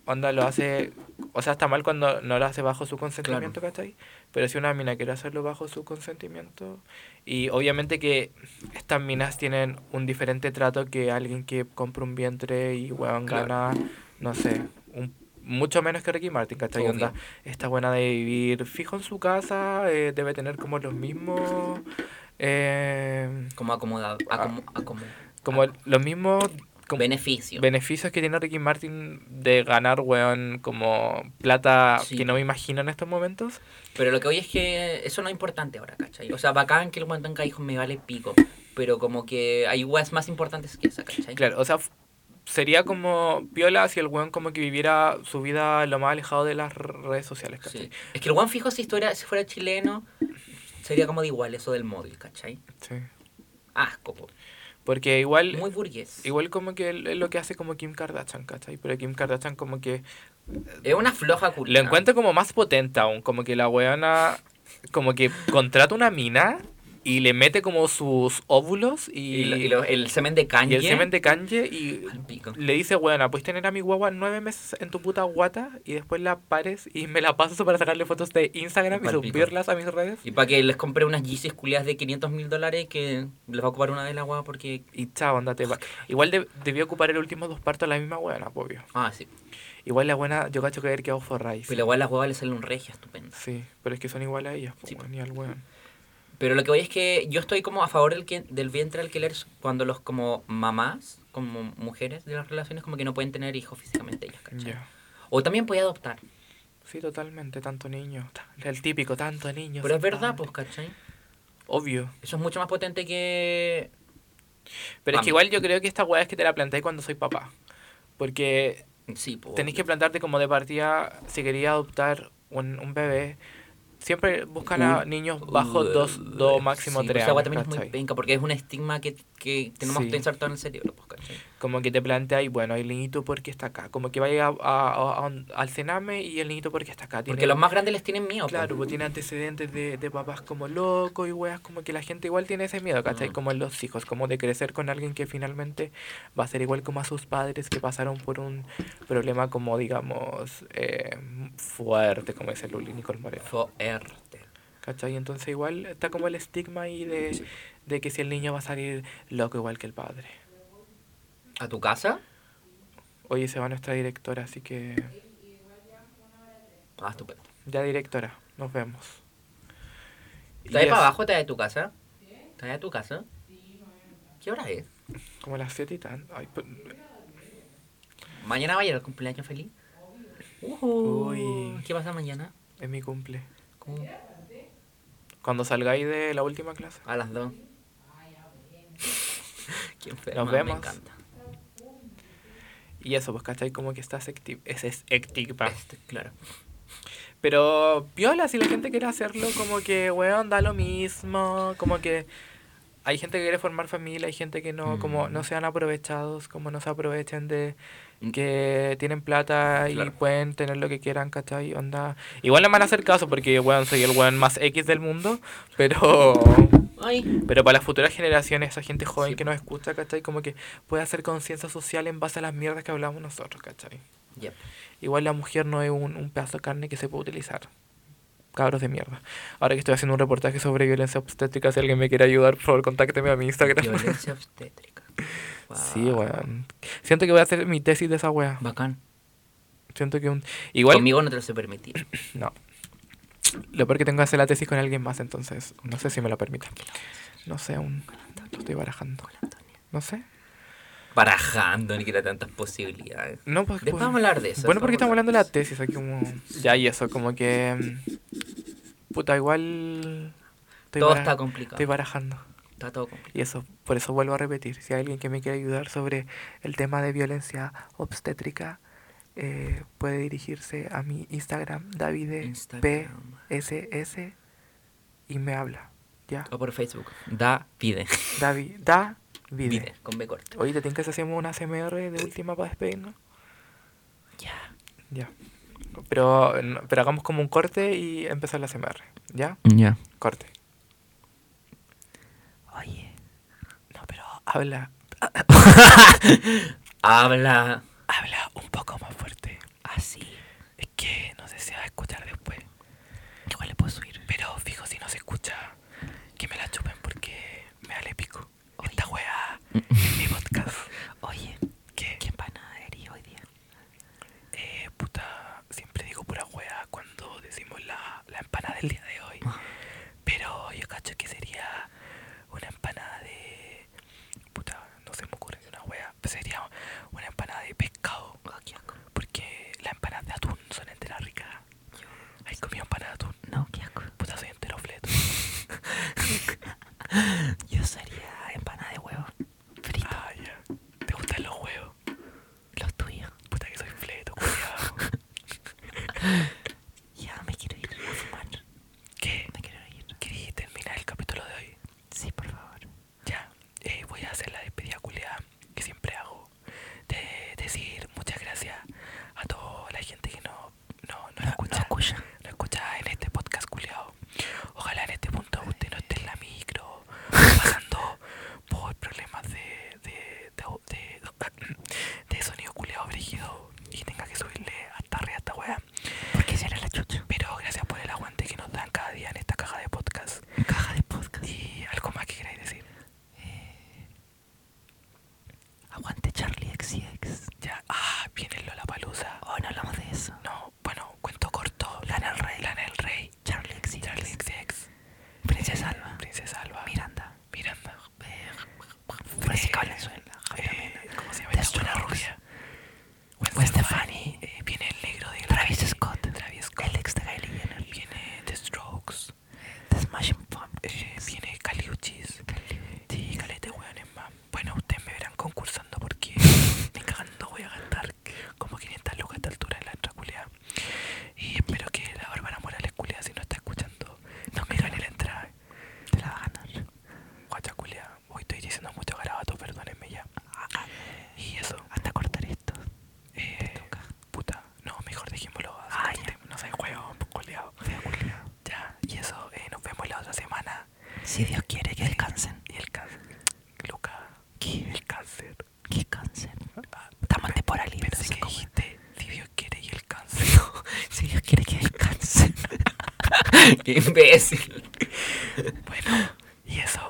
Speaker 1: onda lo hace, o sea, está mal cuando no lo hace bajo su consentimiento, ¿cachai? Pero si una mina quiere hacerlo bajo su consentimiento, y obviamente que estas minas tienen un diferente trato que alguien que compra un vientre y weón
Speaker 2: Claro.
Speaker 1: gana, no sé, un- mucho menos que Ricky Martin, ¿cachai?
Speaker 2: Obvio.
Speaker 1: Onda, está buena de vivir fijo en su casa, eh, debe tener como los mismos... eh,
Speaker 2: como acomodado, acom- acom-
Speaker 1: como los mismos como-
Speaker 2: beneficio.
Speaker 1: beneficios que tiene Ricky Martin de ganar, weón, como plata
Speaker 2: Sí.
Speaker 1: que no me imagino en estos momentos.
Speaker 2: Pero lo que hoy es que eso no es importante ahora, ¿cachai? O sea, bacán que el weón tenga hijos me vale pico, pero como que hay weas más importantes que esa, ¿cachai?
Speaker 1: Eh, Claro, o sea, f- sería como piola si el weón como que viviera su vida lo más alejado de las r- redes sociales, ¿cachai?
Speaker 2: Sí. Es que el weón fijo si, estuviera- si fuera chileno sería como de igual eso del móvil, ¿cachai?
Speaker 1: Sí.
Speaker 2: Asco, po.
Speaker 1: Porque igual,
Speaker 2: Muy burgués.
Speaker 1: igual como que es lo que hace como Kim Kardashian, ¿cachai? Pero Kim Kardashian como que
Speaker 2: Es una floja cultura.
Speaker 1: Lo encuentro como más potente aún, como que la weona como que contrata una mina y le mete como sus óvulos y,
Speaker 2: Y, lo- y lo- el semen de caña.
Speaker 1: y el semen de Kanye y
Speaker 2: Al pico.
Speaker 1: le dice, weona, puedes tener a mi guagua nueve meses en tu puta guata y después la pares y me la pasas para sacarle fotos de Instagram y
Speaker 2: Pa'l pico.
Speaker 1: subirlas a mis redes.
Speaker 2: Y para que les compre unas Yeezys culiadas de 500 mil dólares que les va a ocupar una de la agua porque...
Speaker 1: Y chao, andate. va. Igual deb- debió ocupar el último dos partos la misma weona, obvio.
Speaker 2: Ah, sí.
Speaker 1: Igual la buena, yo cacho que haber quedado forrada.
Speaker 2: Pero igual las huevas le salen un regio estupendo.
Speaker 1: Sí, pero es que son iguales a ellas, po,
Speaker 2: Sí.
Speaker 1: weón, y al weón.
Speaker 2: Pero lo que voy es que yo estoy como a favor del, que, del vientre alquiler cuando los como mamás, como mujeres de las relaciones, como que no pueden tener hijos físicamente ellas,
Speaker 1: Ya.
Speaker 2: ¿cachai? O también puede adoptar.
Speaker 1: Sí, totalmente, tanto niño. ta- El típico, tanto niño.
Speaker 2: Pero es
Speaker 1: sin
Speaker 2: verdad,
Speaker 1: padre.
Speaker 2: pues, ¿cachai?
Speaker 1: Obvio.
Speaker 2: Eso es mucho más potente que...
Speaker 1: Pero es que
Speaker 2: Vamos.
Speaker 1: igual yo creo que esta weá es que te la planteé cuando soy papá. Porque
Speaker 2: Sí, pues.
Speaker 1: tenés que plantarte como de partida, si quería adoptar un, un bebé, siempre buscan a
Speaker 2: Un-
Speaker 1: niños bajo
Speaker 2: Uh,
Speaker 1: dos, dos máximo
Speaker 2: sí, pues,
Speaker 1: tres
Speaker 2: Esa agua
Speaker 1: años,
Speaker 2: también es muy
Speaker 1: ¿cachai?
Speaker 2: penca porque es un estigma que, que tenemos
Speaker 1: Sí.
Speaker 2: todo insertado en el cerebro, pues, ¿cachai?
Speaker 1: Como que te planteas, bueno, el niñito porque está acá. Como que vaya a, a- a un- al cename y el niñito porque está acá. Tiene-
Speaker 2: Porque los más grandes les tienen miedo.
Speaker 1: Claro,
Speaker 2: po.
Speaker 1: pues tiene antecedentes de, de papás como locos y weas, como que la gente igual tiene ese miedo, ¿cachai?
Speaker 2: Mm.
Speaker 1: Como en los hijos, como de crecer con alguien que finalmente va a ser igual como a sus padres que pasaron por un problema como, digamos, eh, fuerte, como dice Luli Nicole Moreno,
Speaker 2: Fuerte.
Speaker 1: ¿cachai? Entonces igual está como el estigma ahí de, de que si el niño va a salir loco igual que el padre.
Speaker 2: ¿A tu casa?
Speaker 1: Oye, se va nuestra directora, así que
Speaker 2: Ah, estupendo.
Speaker 1: ya directora, nos vemos. Y
Speaker 2: ¿Estás ahí
Speaker 1: eso,
Speaker 2: para abajo? ¿Estás ahí a tu casa? ¿Estás ahí a tu casa? ¿Qué hora es?
Speaker 1: Como las siete y tan. ay, pues,
Speaker 2: ¿Mañana va a llegar el cumpleaños feliz? Ujú.
Speaker 1: Uy.
Speaker 2: ¿Qué pasa mañana?
Speaker 1: es mi cumple.
Speaker 2: ¿Cómo?
Speaker 1: Cuando salgáis de la última clase.
Speaker 2: A las dos. (laughs) Qué enferma,
Speaker 1: Nos vemos.
Speaker 2: Me encanta.
Speaker 1: Y eso, pues, ¿cachai? Como que estás activa. Ese es activa.
Speaker 2: Este, claro.
Speaker 1: Pero, piola, si la gente quiere hacerlo, como que, weón, da lo mismo. Como que hay gente que quiere formar familia, hay gente que no, como no
Speaker 2: Mm.
Speaker 1: sean aprovechados, como no se aprovechen de
Speaker 2: Mm.
Speaker 1: que tienen plata y
Speaker 2: Claro.
Speaker 1: pueden tener lo que quieran, ¿cachai? Onda. Igual no me van a hacer caso porque, weón, soy el weón más X del mundo,
Speaker 2: (laughs)
Speaker 1: pero...
Speaker 2: Ay.
Speaker 1: Pero para las futuras generaciones, esa gente joven
Speaker 2: Sí,
Speaker 1: que nos escucha, ¿cachai? Como que puede hacer conciencia social en base a las mierdas que hablamos nosotros, ¿cachai?
Speaker 2: Yep.
Speaker 1: Igual la mujer no es un, un pedazo de carne que se puede utilizar. Cabros de mierda. Ahora que estoy haciendo un reportaje sobre violencia obstétrica, si alguien me quiere ayudar, por favor, contácteme a mi Instagram.
Speaker 2: Violencia obstétrica.
Speaker 1: (laughs)
Speaker 2: Wow.
Speaker 1: Sí, weón. Siento que voy a hacer mi tesis de esa wea.
Speaker 2: Bacán.
Speaker 1: Siento que un... Igual...
Speaker 2: Conmigo no te lo sé permitir.
Speaker 1: No. Lo peor que tengo es hacer la tesis con alguien más, entonces no sé si me lo permiten. No sé aún. Lo estoy barajando. No sé.
Speaker 2: Barajando, ni que era tantas posibilidades.
Speaker 1: No, pues,
Speaker 2: Después
Speaker 1: pues-
Speaker 2: vamos a hablar de eso.
Speaker 1: Bueno, porque estamos
Speaker 2: vamos a
Speaker 1: hablando de la tesis, aquí como... Ya, y eso, como que... mm, Puta, igual... estoy
Speaker 2: Todo
Speaker 1: bara-
Speaker 2: está complicado.
Speaker 1: Estoy barajando.
Speaker 2: Está todo complicado.
Speaker 1: Y eso, por eso vuelvo a repetir, si hay alguien que me quiere ayudar sobre el tema de violencia obstétrica, eh, puede dirigirse a mi Instagram,
Speaker 2: Instagram.
Speaker 1: DavidPSS, y me habla. Ya,
Speaker 2: O por Facebook. Da, pide.
Speaker 1: David, da
Speaker 2: Pide,
Speaker 1: vida.
Speaker 2: con B corta.
Speaker 1: Oye, ¿te tienes que hacemos una CMR
Speaker 2: Eh.
Speaker 1: de última para despedirnos?
Speaker 2: Ya.
Speaker 1: Ya. Pero, no, pero hagamos como un corte y empezar la CMR. ¿Ya?
Speaker 2: Ya.
Speaker 1: Corte.
Speaker 3: Oye,
Speaker 1: No, pero habla,
Speaker 2: Habla.
Speaker 1: habla un poco más fuerte.
Speaker 3: así.
Speaker 1: Es que no sé si va a escuchar después.
Speaker 3: Igual le puedo subir.
Speaker 1: Pero fijo, si no se escucha, que me la chupen porque me vale pico. Esta
Speaker 3: (laughs)
Speaker 1: weá es mi podcast.
Speaker 3: Oye,
Speaker 1: Que,
Speaker 3: ¿quién panadería hoy día?
Speaker 1: eh, puta, siempre digo pura weá cuando decimos la, la empanada del día de hoy.
Speaker 3: Ah.
Speaker 1: Pero yo cacho que sería una empanada de. Puta, no se me ocurre una weá. Pues sería una empanada de pescado.
Speaker 3: Oh, qué asco.
Speaker 1: Porque las empanadas de atún son enteras ricas. ¿Has comido empanada de atún?
Speaker 3: No, qué asco.
Speaker 1: Puta, soy entero fleto.
Speaker 3: (laughs) Yo sería empanada de huevo. Frito,
Speaker 1: Ah, ya. ¿Te gustan los huevos?
Speaker 3: los tuyos.
Speaker 1: Puta que soy fleto, cuidado.
Speaker 3: (laughs) Ya me quiero ir a fumar.
Speaker 1: ¿Qué?
Speaker 3: Me quiero ir.
Speaker 1: ¿Querís terminar el capítulo de hoy?
Speaker 3: Sí, por favor.
Speaker 1: Ya. Eh, voy a hacer la despedida culiada que siempre hago. De decir muchas gracias a toda la gente que no, no, no, escucha.
Speaker 3: No escucha.
Speaker 1: no escucha en este podcast culiado. Ojalá en este punto usted no esté en la micro,
Speaker 3: (laughs)
Speaker 1: pasando por problemas de, de, de, de, de sonido culiado brígido y tenga que subirle hasta arriba a esta wea.
Speaker 3: Porque será la chucha.
Speaker 1: Pero gracias por el aguante que nos dan cada día en esta caja de podcast.
Speaker 3: Caja de podcast.
Speaker 1: ¿Y algo más que queráis decir?
Speaker 3: Aguante Charlie XCX.
Speaker 1: Ya, ah, viene Lola Palusa.
Speaker 3: Oh, no hablamos de eso.
Speaker 1: No, bueno, cuento corto. Lana el Rey. Lana el Rey.
Speaker 3: Charlie XCX.
Speaker 1: Charlie XX.
Speaker 3: Princesa Alba.
Speaker 1: Princesa Alba.
Speaker 3: Miranda. Pues
Speaker 1: Miranda.
Speaker 3: Francisca
Speaker 1: Eh,
Speaker 3: Valenzuela. Javier
Speaker 1: Eh,
Speaker 3: Amena.
Speaker 1: ¿Cómo se llama?
Speaker 3: Tess
Speaker 1: esta buena
Speaker 3: Jonas.
Speaker 1: rubia?
Speaker 3: Gwen Stefani.
Speaker 1: Eh, viene el negro de
Speaker 3: Travis Scott.
Speaker 1: Travis Scott.
Speaker 3: El ex de Kylie Jenner.
Speaker 1: Viene The Strokes.
Speaker 3: The Smashing Pumpkins.
Speaker 1: Eh, viene Caliuchis. Sí, calete weones más. Bueno, ustedes me verán concursando
Speaker 3: (laughs)
Speaker 1: porque ni cagando voy a gastar como 500 lucas a esta altura en la entrada culiá. Y espero que la Bárbara Morales culiá, si no está escuchando, no me gane la entrada.
Speaker 3: Te la va a ganar.
Speaker 1: Guacha culiá, hoy estoy diciendo mucho garabato, perdónenme ya. Y eso,
Speaker 3: Hasta cortar esto.
Speaker 1: eh, puta, no, mejor dejémoslo así.
Speaker 3: Ah,
Speaker 1: corte, No sé, juego, culiao. Ya, y eso, eh, nos vemos la otra semana.
Speaker 3: Si Dios quiere que descansen.
Speaker 1: Y el cáncer, Luca,
Speaker 3: ¿Qué?
Speaker 1: el cáncer.
Speaker 3: ¿Qué cáncer?
Speaker 1: Ah,
Speaker 3: Estamos en temporada libre.
Speaker 1: Pero
Speaker 3: no
Speaker 1: sí
Speaker 3: sé
Speaker 1: que
Speaker 3: cómo.
Speaker 1: dijiste, si Dios quiere y el cáncer. (laughs)
Speaker 3: Si Dios quiere que descansen.
Speaker 2: Qué (laughs) imbécil.
Speaker 1: Bueno, y eso.